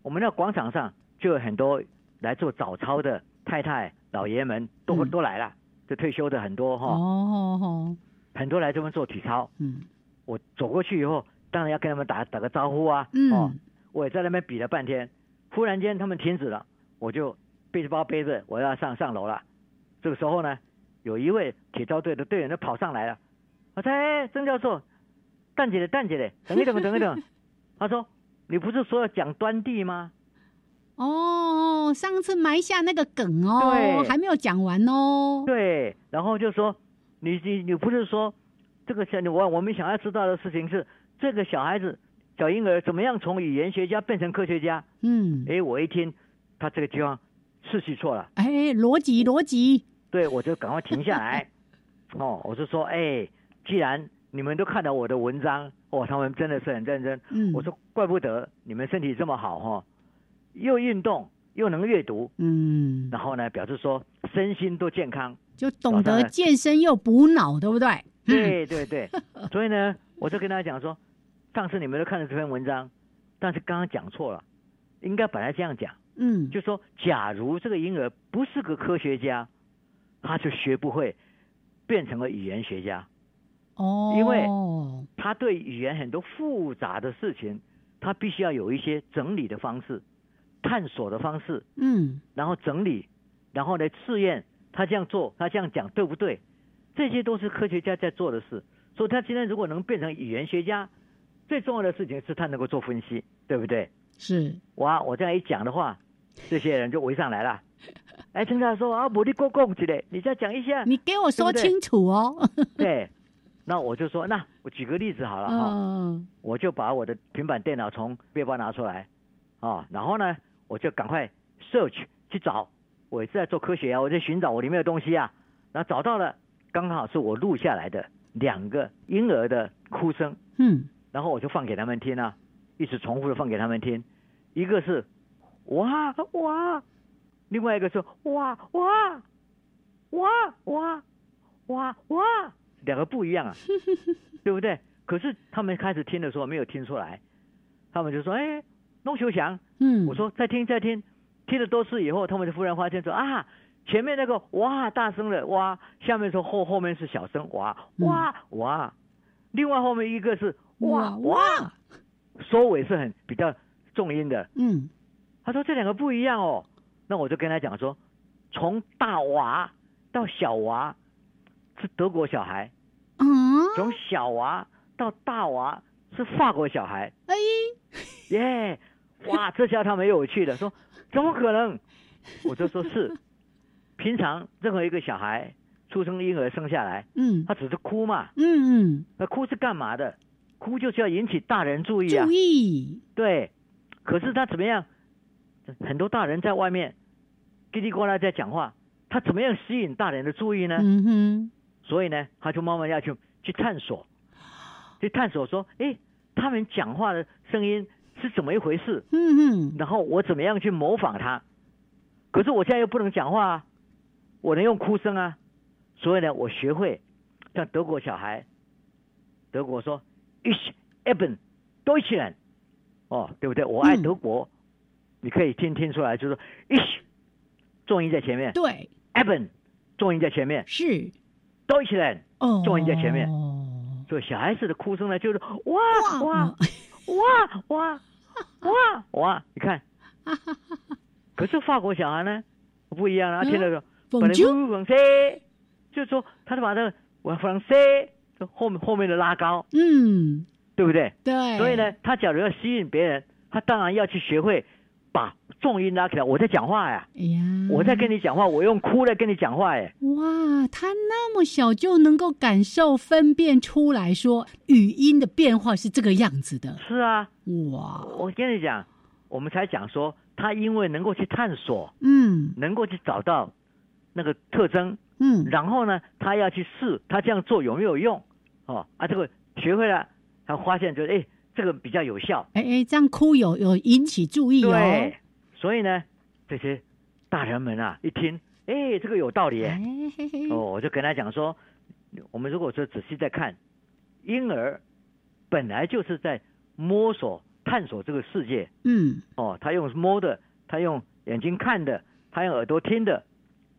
Speaker 3: 我们的广场上就有很多来做早操的太太、老爷们都、
Speaker 2: 嗯
Speaker 3: 都来了，就退休的很多哈、
Speaker 2: 哦哦哦，
Speaker 3: 很多来这边做体操。
Speaker 2: 嗯
Speaker 3: 我走过去以后，当然要跟他们打打个招呼啊，
Speaker 2: 嗯、
Speaker 3: 哦，我也在那边比了半天，忽然间他们停止了，我就背着包背着，我要上上楼了。这个时候呢，有一位铁道队的队员就跑上来了，我说：“哎，曾教授，蛋姐的蛋姐的，等一等，等一等。”他说：“你不是说要讲端地吗
Speaker 2: 哦，上次埋下那个梗哦，
Speaker 3: 对
Speaker 2: 还没有讲完？”哦。
Speaker 3: 对，然后就说：“你你你不是说这个小我我们想要知道的事情是这个小孩子小婴儿怎么样从语言学家变成科学家？”
Speaker 2: 嗯，
Speaker 3: 哎，我一听他这个地方次序错了。
Speaker 2: 哎，逻辑逻辑，
Speaker 3: 对，我就赶快停下来。哦，我就说，哎，既然你们都看到我的文章，哦，他们真的是很认真。
Speaker 2: 嗯，
Speaker 3: 我，说，怪不得你们身体这么好哈、哦，又运动又能阅读，
Speaker 2: 嗯，
Speaker 3: 然后呢，表示说身心都健康。
Speaker 2: 就懂
Speaker 3: 早上
Speaker 2: 得
Speaker 3: 来
Speaker 2: 健身又补脑，对不嗯对？
Speaker 3: 对对对，所以呢，我就跟他讲说，上次你们都看了这篇文章，但是刚刚讲错了，应该本来这样讲，
Speaker 2: 嗯，
Speaker 3: 就说假如这个婴儿不是个科学家，他就学不会变成了语言学家。
Speaker 2: 哦，
Speaker 3: 因为他对语言很多复杂的事情，他必须要有一些整理的方式、探索的方式，
Speaker 2: 嗯，
Speaker 3: 然后整理，然后来试验他这样做，他这样讲对不对？这些都是科学家在做的事。所以他今天如果能变成语言学家，最重要的事情是他能够做分析，对不对？
Speaker 2: 是，
Speaker 3: 哇，我这样一讲的话，这些人就围上来了。哎，陈教授啊，我你给我讲起来，你再讲一下。
Speaker 2: 你给我说
Speaker 3: 对不对
Speaker 2: 清楚哦。
Speaker 3: 对，那我就说，那我举个例子好了哈。
Speaker 2: 嗯，
Speaker 3: 我就把我的平板电脑从背包拿出来，啊，然后呢，我就赶快 search 去找，我也是在做科学啊，我在寻找我里面的东西啊，然后找到了，刚好是我录下来的两个婴儿的哭声，
Speaker 2: *laughs* 嗯，
Speaker 3: 然后我就放给他们听啊，一直重复的放给他们听，一个是哇哇，另外一个是哇哇哇哇哇哇，两个不一样啊，对不对？可是他们开始听的时候没有听出来，他们就说：“哎，弄球响。”
Speaker 2: 嗯，
Speaker 3: 我，说：“再听再听。”听了多次以后，他们就忽然发现说：“啊，前面那个哇大声的哇，下面说后后面是小声哇哇哇，另外后面一个是哇
Speaker 2: 哇
Speaker 3: 哇，
Speaker 2: 哇，
Speaker 3: 收尾是很比较重音的。”
Speaker 2: 嗯，
Speaker 3: 他说这两个不一样哦。那我就跟他讲说，从大娃到小娃是德国小孩，
Speaker 2: 啊，
Speaker 3: 从小娃到大娃是法国小孩。
Speaker 2: 哎，
Speaker 3: 耶、哇，这下他们又有趣了，说怎么可能？我就说是，平常任何一个小孩出生婴儿生下来，
Speaker 2: 嗯，
Speaker 3: 他只是哭嘛，
Speaker 2: 嗯嗯，
Speaker 3: 那哭是干嘛的？哭就是要引起大人注意啊。
Speaker 2: 注意，
Speaker 3: 对，可是他怎么样？很多大人在外面叽里呱啦在讲话，他怎么样吸引大人的注意呢？
Speaker 2: 嗯哼，
Speaker 3: 所以呢，他就慢慢要去去探索，去探索说，诶，他们讲话的声音是怎么一回事？
Speaker 2: 嗯哼，
Speaker 3: 然后我怎么样去模仿他？可是我现在又不能讲话啊，我能用哭声啊，所以呢，我学会像德国小孩，德国说 ich eben Deutschland，哦，对不对？我爱
Speaker 2: 嗯
Speaker 3: 德国，你可以听听出来，就是说 ich 重音在前面
Speaker 2: 对，
Speaker 3: ，eben 重音在前面
Speaker 2: 是
Speaker 3: ，Deutschland
Speaker 2: 哦，
Speaker 3: 重音在前面
Speaker 2: 哦，
Speaker 3: 所以小孩子的哭声呢，就是
Speaker 2: 哇
Speaker 3: 哇哇哇哇哇哇！
Speaker 2: *laughs*
Speaker 3: 你看，可是法国小孩呢不一样啊，
Speaker 2: 嗯
Speaker 3: 听了
Speaker 2: *laughs* 蹦
Speaker 3: 本来
Speaker 2: 啾
Speaker 3: 不粉塞，就是说他就把那个我粉呃塞后面后面的拉高，
Speaker 2: 嗯，
Speaker 3: 对不对？
Speaker 2: 对，
Speaker 3: 所以呢，他假如要吸引别人，他当然要去学会把重音拉起来。我在讲话呀，
Speaker 2: 哎呀，
Speaker 3: 我在跟你讲话，我用哭在跟你讲话哎。
Speaker 2: 哇，他那么小就能够感受分辨出来说语音的变化是这个样子的，
Speaker 3: 是啊，
Speaker 2: 哇，
Speaker 3: 我跟你讲，我们才讲说他因为能够去探索，
Speaker 2: 嗯
Speaker 3: 能够去找到那个特征，
Speaker 2: 嗯，
Speaker 3: 然后呢，他要去试他这样做有没有用哦啊，这个学会了，他发现就是哎，这个比较有效，
Speaker 2: 哎哎，这样哭有有引起注意哦，
Speaker 3: 对，所以呢，这些大人们啊一听，哎，这个有道理哎。
Speaker 2: 哎嘿嘿，
Speaker 3: 哦，我就跟他讲说，我们如果说仔细再看，婴儿本来就是在摸索、探索这个世界。
Speaker 2: 嗯
Speaker 3: 哦，他用摸的，他用眼睛看的，他用耳朵听的，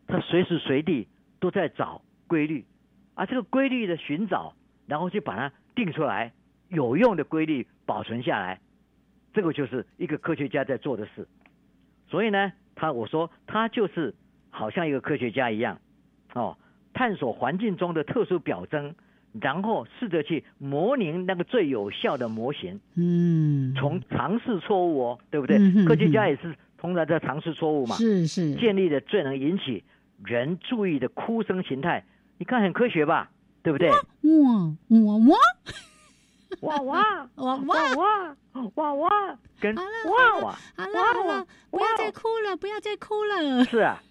Speaker 3: 他随时随地都在找规律，啊，这个规律的寻找，然后去把它定出来，有用的规律保存下来，这个就是一个科学家在做的事。所以呢，他我说他就是好像一个科学家一样，哦，探索环境中的特殊表征，然后试着去模拟那个最有效的模型。
Speaker 2: 嗯，
Speaker 3: 从尝试错误哦，对不对？
Speaker 2: 嗯哼
Speaker 3: 科学家也是通常在尝试错误嘛，
Speaker 2: 是是，
Speaker 3: 建立的最能引起人注意的哭声形态，你看很科学吧，对不对？
Speaker 2: 哇哇哇
Speaker 3: 哇哇
Speaker 2: *laughs* 哇哇，
Speaker 3: 哇哇哇哇，跟
Speaker 2: 好
Speaker 3: 哇
Speaker 2: 了好了
Speaker 3: 哇哇
Speaker 2: 好
Speaker 3: 哇哦
Speaker 2: 了，，不要再哭了，不要再哭了，
Speaker 3: 是啊，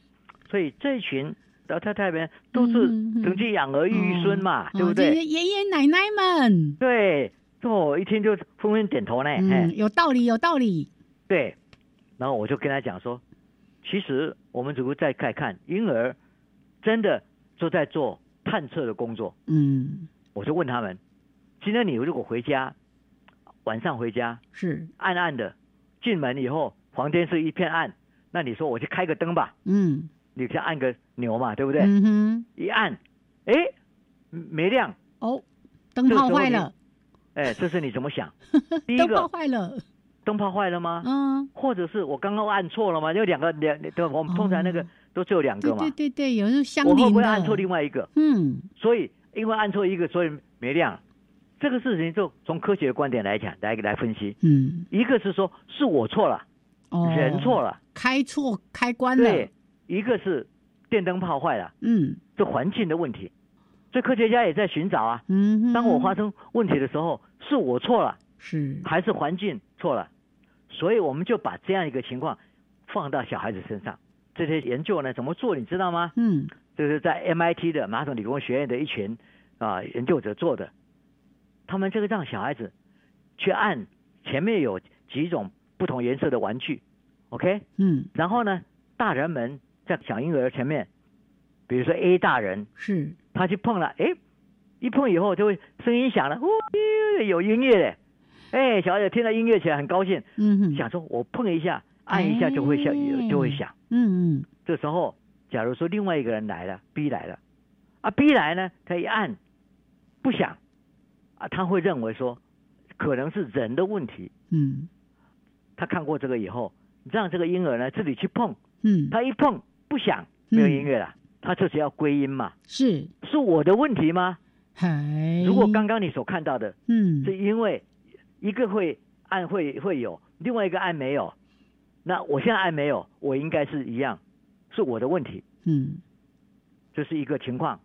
Speaker 3: 所以这群老太太们都是
Speaker 2: 嗯嗯嗯
Speaker 3: 曾经养儿育孙嘛，对不
Speaker 2: 哦这
Speaker 3: 对？
Speaker 2: 些爷爷奶奶们，
Speaker 3: 对，这我一听就纷纷点头呢，哎
Speaker 2: 嗯，，有道理，有道理，
Speaker 3: 对，然后我就跟他讲说，其实我们如果再看看婴儿，真的都在做探测的工作。
Speaker 2: 嗯，
Speaker 3: 我就问他们，今天你如果回家，晚上回家
Speaker 2: 是，
Speaker 3: 暗暗的，进门以后房间是一片暗，那你说我去开个灯吧，
Speaker 2: 嗯，
Speaker 3: 你去按个钮嘛，对不对？
Speaker 2: 嗯哼，
Speaker 3: 一按，哎，没亮，
Speaker 2: 哦，灯泡坏了，
Speaker 3: 哎，这是你怎么想？第一
Speaker 2: 灯泡 *laughs*
Speaker 3: 个，啊
Speaker 2: 坏了，
Speaker 3: 灯泡坏了吗？
Speaker 2: 嗯，
Speaker 3: 或者是我刚刚按错了吗？就两个两，对，我们通常那个
Speaker 2: 哦
Speaker 3: 都只有两
Speaker 2: 对
Speaker 3: 个嘛
Speaker 2: 对。对对，有时候相
Speaker 3: 我会
Speaker 2: 邻
Speaker 3: 不会
Speaker 2: 的，
Speaker 3: 按错另外一个？
Speaker 2: 嗯，
Speaker 3: 所以因为按错一个，所以没亮。这个事情就从科学的观点来讲，来来分析。
Speaker 2: 嗯，
Speaker 3: 一个是说是我错了，
Speaker 2: 哦，
Speaker 3: 人错，了，
Speaker 2: 开错开关了
Speaker 3: 对；，一个是电灯泡坏了，
Speaker 2: 嗯
Speaker 3: 这环境的问题。所以科学家也在寻找啊，
Speaker 2: 嗯哼，
Speaker 3: 当我发生问题的时候，是我错了
Speaker 2: 是，
Speaker 3: 还是环境错了？所以我们就把这样一个情况放到小孩子身上。这些研究呢怎么做，你知道吗？
Speaker 2: 嗯
Speaker 3: 这是在 MIT 的马桶理工学院的一群啊、研究者做的。他们这个让小孩子去按前面有几种不同颜色的玩具，OK？
Speaker 2: 嗯
Speaker 3: 然后呢，大人们在小婴儿前面，比如说 A 大人，
Speaker 2: 是，
Speaker 3: 他去碰了，哎，一碰以后就会声音响了，呜、有音乐嘞，哎，小孩子听到音乐起来很高兴，
Speaker 2: 嗯哼，
Speaker 3: 想说我碰一下，按一下就会响，
Speaker 2: 哎
Speaker 3: 就会响。
Speaker 2: 嗯嗯
Speaker 3: 这时候，假如说另外一个人来了，B 来了，啊，B 来呢，他一按不响，啊，他会认为说可能是人的问题。
Speaker 2: 嗯
Speaker 3: 他看过这个以后，让这个婴儿呢自己去碰，
Speaker 2: 嗯，
Speaker 3: 他一碰不响，没有音乐了，他就是要归因嘛，
Speaker 2: 是，
Speaker 3: 是我的问题吗？
Speaker 2: 还
Speaker 3: 如果刚刚你所看到的，
Speaker 2: 嗯
Speaker 3: 是因为一个会按会会有，另外一个按没有，那我现在按没有，我应该是一样，是我的问题。
Speaker 2: 嗯
Speaker 3: 这是一个情况。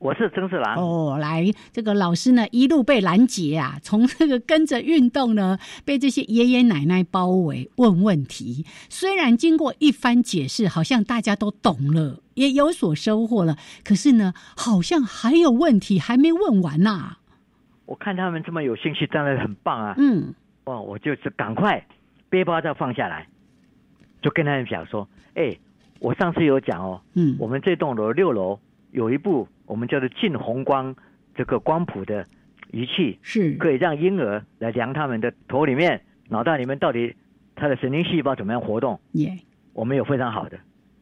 Speaker 3: 我是曾世郎。
Speaker 2: 哦，来，这个老师呢一路被拦截啊，从这个跟着运动呢，被这些爷爷奶奶包围问问题。虽然经过一番解释，好像大家都懂了，也有所收获了，可是呢，好像还有问题还没问完啊呐、
Speaker 3: 我看他们这么有兴趣，当然很棒啊。
Speaker 2: 嗯，
Speaker 3: 哇，我就是赶快背包再放下来，就跟他们讲说，哎，我上次有讲哦，
Speaker 2: 嗯
Speaker 3: 我们这栋楼六楼有一部我们叫做近红光这个光谱的仪器，
Speaker 2: 是，
Speaker 3: 可以让婴儿来量他们的头里面、脑袋里面到底他的神经细胞怎么样活动。
Speaker 2: 耶，
Speaker 3: 我们有非常好的，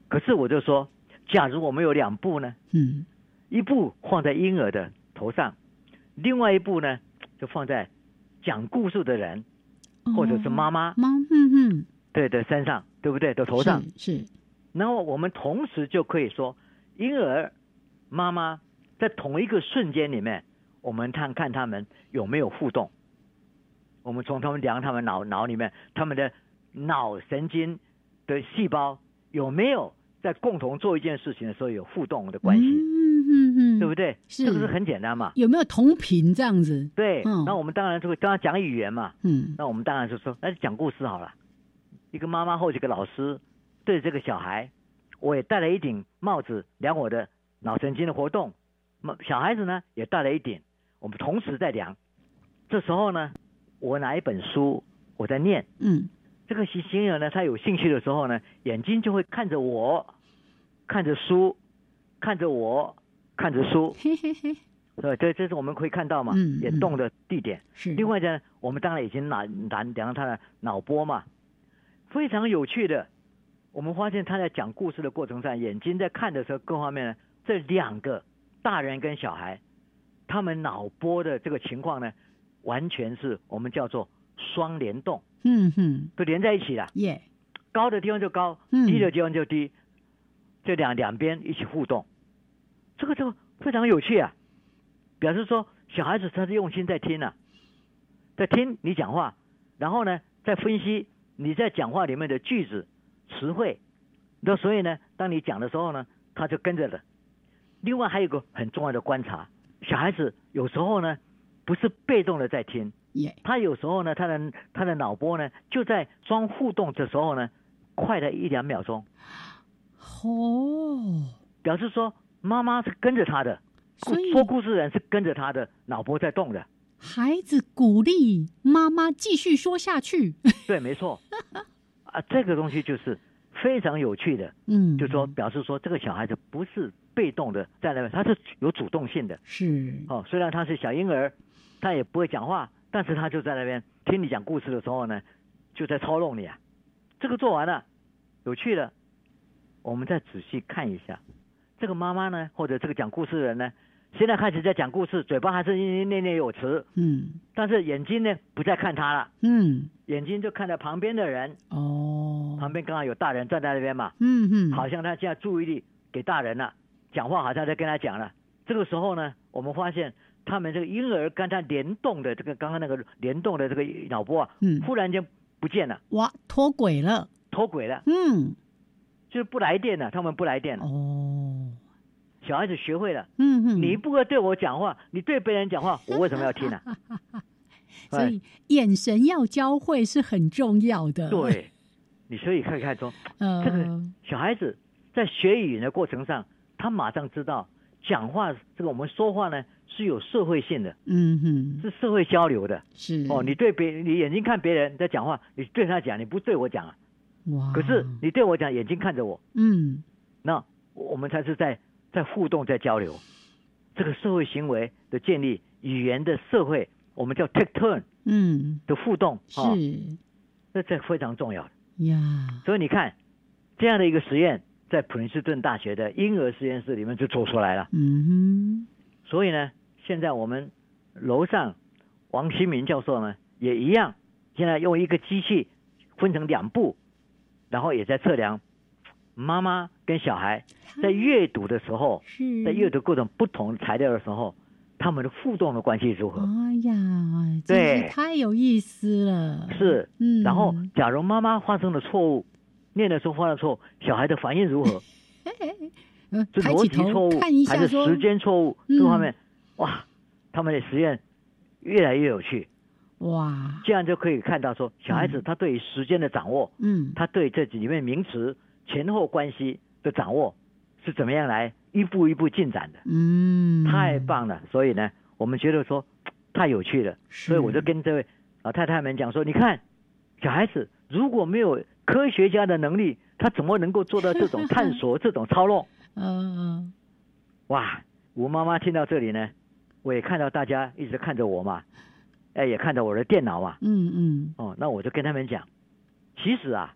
Speaker 3: 可是我就说，假如我们有两部呢，
Speaker 2: 嗯，
Speaker 3: 一部放在婴儿的头上，另外一部呢就放在讲故事的人或者是妈
Speaker 2: 妈哦妈，
Speaker 3: 妈
Speaker 2: 嗯嗯，
Speaker 3: 对的身上，对不对的头上。
Speaker 2: 是是
Speaker 3: 然后我们同时就可以说，婴儿、妈妈在同一个瞬间里面，我们看看他们有没有互动。我们从他们量他们脑脑里面他们的脑神经的细胞有没有在共同做一件事情的时候有互动的关系，
Speaker 2: 嗯嗯嗯，
Speaker 3: 对不
Speaker 2: 对？
Speaker 3: 对？
Speaker 2: 是
Speaker 3: 这个是很简单嘛。
Speaker 2: 有没有同频这样子？
Speaker 3: 对，
Speaker 2: 嗯
Speaker 3: 那我们当然就会跟他讲语言嘛，
Speaker 2: 嗯
Speaker 3: 那我们当然就说，那就讲故事好了。一个妈妈或者一个老师对这个小孩，我也戴了一顶帽子量我的脑神经的活动，那小孩子呢也戴了一顶，我们同时在量。这时候呢，我拿一本书我在念，
Speaker 2: 嗯，
Speaker 3: 这个行行人呢，他有兴趣的时候呢，眼睛就会看着我，看着书，看着我，看着书，
Speaker 2: 嘿嘿嘿，
Speaker 3: 对，这这是我们可以看到嘛，
Speaker 2: 嗯
Speaker 3: 也
Speaker 2: 嗯
Speaker 3: 动的地点。
Speaker 2: 是。
Speaker 3: 另外呢，我们当然已经拿拿量他的脑波嘛，非常有趣的。我们发现他在讲故事的过程上，眼睛在看的时候，各方面呢，这两个大人跟小孩，他们脑波的这个情况呢，完全是我们叫做双联动，
Speaker 2: 嗯哼，
Speaker 3: 就连在一起了。
Speaker 2: 耶，
Speaker 3: 高的地方就高，
Speaker 2: 嗯
Speaker 3: 低的地方就低，这两两边一起互动，这个就非常有趣啊！表示说小孩子他是用心在听啊，在听你讲话，然后呢再分析你在讲话里面的句子、词汇，那所以呢，当你讲的时候呢，他就跟着了。另外还有一个很重要的观察，小孩子有时候呢不是被动的在听，
Speaker 2: 耶，
Speaker 3: 他有时候呢，他的他的脑波呢，就在装互动的时候呢，快了一两秒钟，
Speaker 2: 哦，
Speaker 3: 表示说妈妈是跟着他的，故
Speaker 2: 所以
Speaker 3: 说故事人是跟着他的脑波在动的，
Speaker 2: 孩子鼓励妈妈继续说下去。 *laughs*
Speaker 3: 对，没错，啊，这个东西就是非常有趣的，
Speaker 2: 嗯，
Speaker 3: 就说表示说这个小孩子不是被动的在那边，他是有主动性的，
Speaker 2: 是，
Speaker 3: 哦，虽然他是小婴儿，他也不会讲话，但是他就在那边听你讲故事的时候呢，就在操弄你啊。这个做完了，有趣了，我们再仔细看一下，这个妈妈呢，或者这个讲故事的人呢，现在开始在讲故事，嘴巴还是念念念有词，
Speaker 2: 嗯
Speaker 3: 但是眼睛呢不再看他了，
Speaker 2: 嗯，
Speaker 3: 眼睛就看着旁边的人，
Speaker 2: 哦，
Speaker 3: 旁边刚好有大人站在那边嘛，
Speaker 2: 嗯嗯，
Speaker 3: 好，像他现在注意力给大人了，讲话好像在跟他讲了。这个时候呢，我们发现他们这个婴儿刚才联动的这个刚刚那个联动的这个脑波啊，
Speaker 2: 嗯
Speaker 3: 忽然间不见了，
Speaker 2: 哇，脱轨了，
Speaker 3: 脱轨了，
Speaker 2: 嗯，
Speaker 3: 就是不来电了，他们不来电了。
Speaker 2: 哦，
Speaker 3: 小孩子学会了，
Speaker 2: 嗯嗯，
Speaker 3: 你不要对我讲话，你对别人
Speaker 2: *laughs*
Speaker 3: 讲话，我为什么要听呢、啊？
Speaker 2: 所以眼神要交汇是很重要的。
Speaker 3: 哎，对，你所以可以看出，
Speaker 2: *laughs* 呃，
Speaker 3: 这个小孩子在学语言的过程上，他马上知道讲话这个我们说话呢是有社会性的，
Speaker 2: 嗯哼，
Speaker 3: 是社会交流的。
Speaker 2: 是
Speaker 3: 哦，你对别你眼睛看别人在讲话，你对他讲，你不对我讲啊。
Speaker 2: 哇，
Speaker 3: 可是你对我讲，眼睛看着我，
Speaker 2: 嗯
Speaker 3: 那我们才是在在互动，在交流。这个社会行为的建立，语言的社会，我们叫 take turn
Speaker 2: 嗯
Speaker 3: 的互动啊、哦，
Speaker 2: 是
Speaker 3: 那这非常重要的。
Speaker 2: 呀，
Speaker 3: 所以你看，这样的一个实验，在普林斯顿大学的婴儿实验室里面就做出来了。
Speaker 2: 嗯
Speaker 3: 所以呢，现在我们楼上王新民教授呢也一样，现在用一个机器分成两部，然后也在测量妈妈跟小孩
Speaker 2: 哼，
Speaker 3: 在阅读的时候，
Speaker 2: 是
Speaker 3: 在阅读各种不同材料的时候，他们的互动的关系如何？
Speaker 2: 哎呀，真
Speaker 3: 对
Speaker 2: 是太有意思了。
Speaker 3: 是，
Speaker 2: 嗯，
Speaker 3: 然后假如妈妈发生了错误，念的时候犯了错误，小孩的反应如何？
Speaker 2: 呃 *laughs*
Speaker 3: 是
Speaker 2: 抬
Speaker 3: 逻
Speaker 2: 起
Speaker 3: 辑错
Speaker 2: 头
Speaker 3: 误
Speaker 2: 看一
Speaker 3: 还
Speaker 2: 下
Speaker 3: 是
Speaker 2: 说
Speaker 3: 时间错误？
Speaker 2: 嗯
Speaker 3: 各方面，哇，他们的实验越来越有趣，
Speaker 2: 哇，
Speaker 3: 这样就可以看到说，小孩子
Speaker 2: 嗯
Speaker 3: 他对于时间的掌握，
Speaker 2: 嗯，
Speaker 3: 他对这里面名词前后关系的掌握是怎么样来一步一步进展的，
Speaker 2: 嗯，
Speaker 3: 太棒了！所以呢，我们觉得说太有趣了，所以我就跟这位老太太们讲说，你看，小孩子如果没有科学家的能力，他怎么能够做到这种探
Speaker 2: *laughs*
Speaker 3: 索、这种操弄？
Speaker 2: 嗯
Speaker 3: 哇！吴妈妈听到这里呢，我也看到大家一直看着我嘛，哎，也看着我的电脑嘛，
Speaker 2: 嗯嗯
Speaker 3: 哦，那我就跟他们讲，其实啊，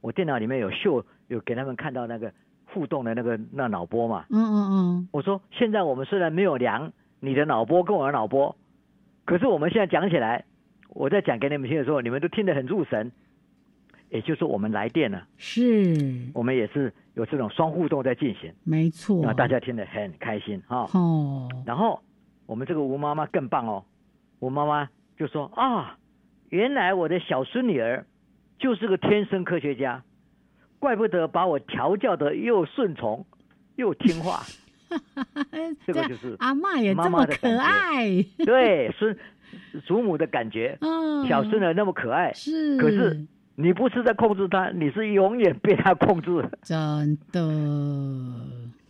Speaker 3: 我电脑里面有秀，有给他们看到那个互动的那个那脑波嘛。
Speaker 2: 嗯嗯
Speaker 3: 我说，现在我们虽然没有量你的脑波跟我的脑波，可是我们现在讲起来，我在讲给你们听的时候，你们都听得很入神。也就是我们来电呢、
Speaker 2: 嗯，是
Speaker 3: 我们也是有这种双互动在进行，
Speaker 2: 没错
Speaker 3: 那，大家听得很开心哈、
Speaker 2: 哦，
Speaker 3: 然后我们这个吴妈妈更棒哦，吴妈妈就说啊，原来我的小孙女儿就是个天生科学家，怪不得把我调教的又顺从又听话。 *laughs* 这个就是
Speaker 2: 阿嬷也这么可爱，
Speaker 3: 对，孙祖母的感觉，
Speaker 2: 嗯，
Speaker 3: 小孙女那么可爱，
Speaker 2: 是，
Speaker 3: 可是你不是在控制她，你是永远被她控制。 *laughs*
Speaker 2: 真的，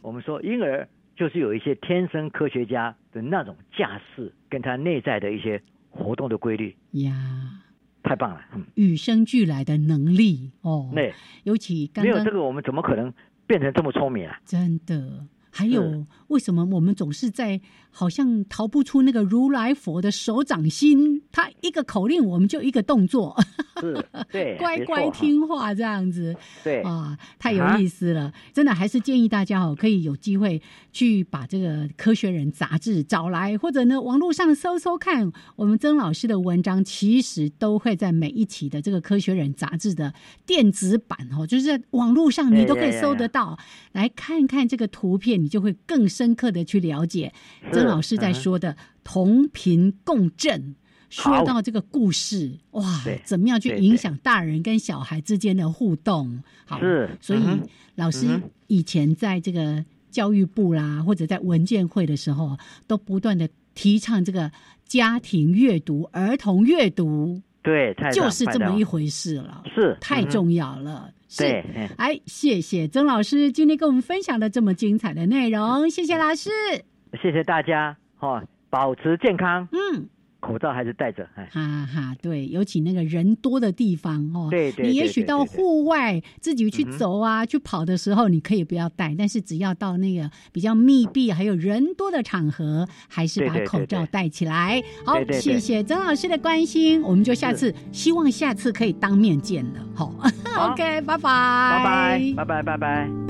Speaker 3: 我们说婴儿就是有一些天生科学家的那种架势，跟他内在的一些活动的规律，
Speaker 2: 呀，
Speaker 3: 太棒了。嗯，
Speaker 2: 与生俱来的能力哦，
Speaker 3: 那。
Speaker 2: 尤其刚
Speaker 3: 没有
Speaker 2: 刚
Speaker 3: 这个，我们怎么可能变成这么聪明啊？
Speaker 2: 真的。还有
Speaker 3: 是，
Speaker 2: 为什么我们总是在好像逃不出那个如来佛的手掌心？他一个口令，我们就一个动作，
Speaker 3: *laughs* 是，
Speaker 2: *laughs*
Speaker 3: 对，
Speaker 2: 乖
Speaker 3: 没错
Speaker 2: 乖，听话这样子。
Speaker 3: 对，
Speaker 2: 啊，太有意思了！真的，还是建议大家哦，可以有机会去把这个《科学人》杂志找来，或者呢，网络上搜搜看。我们曾老师的文章其实都会在每一期的这个《科学人》杂志的电子版哦，就是在网络上你都可以搜得到。来看看这个图片，你就会更深刻的去了解
Speaker 3: 是
Speaker 2: 曾老师在
Speaker 3: 嗯哼
Speaker 2: 说的同频共振。说
Speaker 3: 好
Speaker 2: 到这个故事，哇
Speaker 3: 对，
Speaker 2: 怎么样去
Speaker 3: 对
Speaker 2: 影
Speaker 3: 对
Speaker 2: 响大人跟小孩之间的互动？好，
Speaker 3: 是
Speaker 2: 所以
Speaker 3: 嗯哼
Speaker 2: 老
Speaker 3: 嗯
Speaker 2: 师
Speaker 3: 哼
Speaker 2: 以前在这个教育部啦，或者在文件会的时候，都不断的提倡这个家庭阅读、儿童阅读，
Speaker 3: 对，太棒
Speaker 2: 就是这么一，
Speaker 3: 太
Speaker 2: 回事了，
Speaker 3: 棒是
Speaker 2: 太，
Speaker 3: 嗯
Speaker 2: 重要了。
Speaker 3: 哼
Speaker 2: 是
Speaker 3: 对，嗯
Speaker 2: 哎，谢谢曾老师今天跟我们分享了这么精彩的内容，谢谢老师。
Speaker 3: 谢谢大家哦，保持健康，
Speaker 2: 嗯，
Speaker 3: 口罩还是戴着，哎，
Speaker 2: 哈啊哈，对，尤其那个人多的地方哦，
Speaker 3: 对对
Speaker 2: 你也
Speaker 3: 对
Speaker 2: 许
Speaker 3: 对
Speaker 2: 到
Speaker 3: 对对
Speaker 2: 户外自己去
Speaker 3: 嗯哼
Speaker 2: 走啊、去跑的时候，你可以不要戴，但是只要到那个比较密闭还有人多的场合，还是
Speaker 3: 对
Speaker 2: 把
Speaker 3: 对对
Speaker 2: 口罩
Speaker 3: 对
Speaker 2: 戴起来。好，
Speaker 3: 对对对
Speaker 2: 谢谢曾老师的关心，我们就下次希望下次可以当面见了。好、*laughs*
Speaker 3: 好
Speaker 2: o k 拜拜，
Speaker 3: 拜拜，拜拜，拜拜。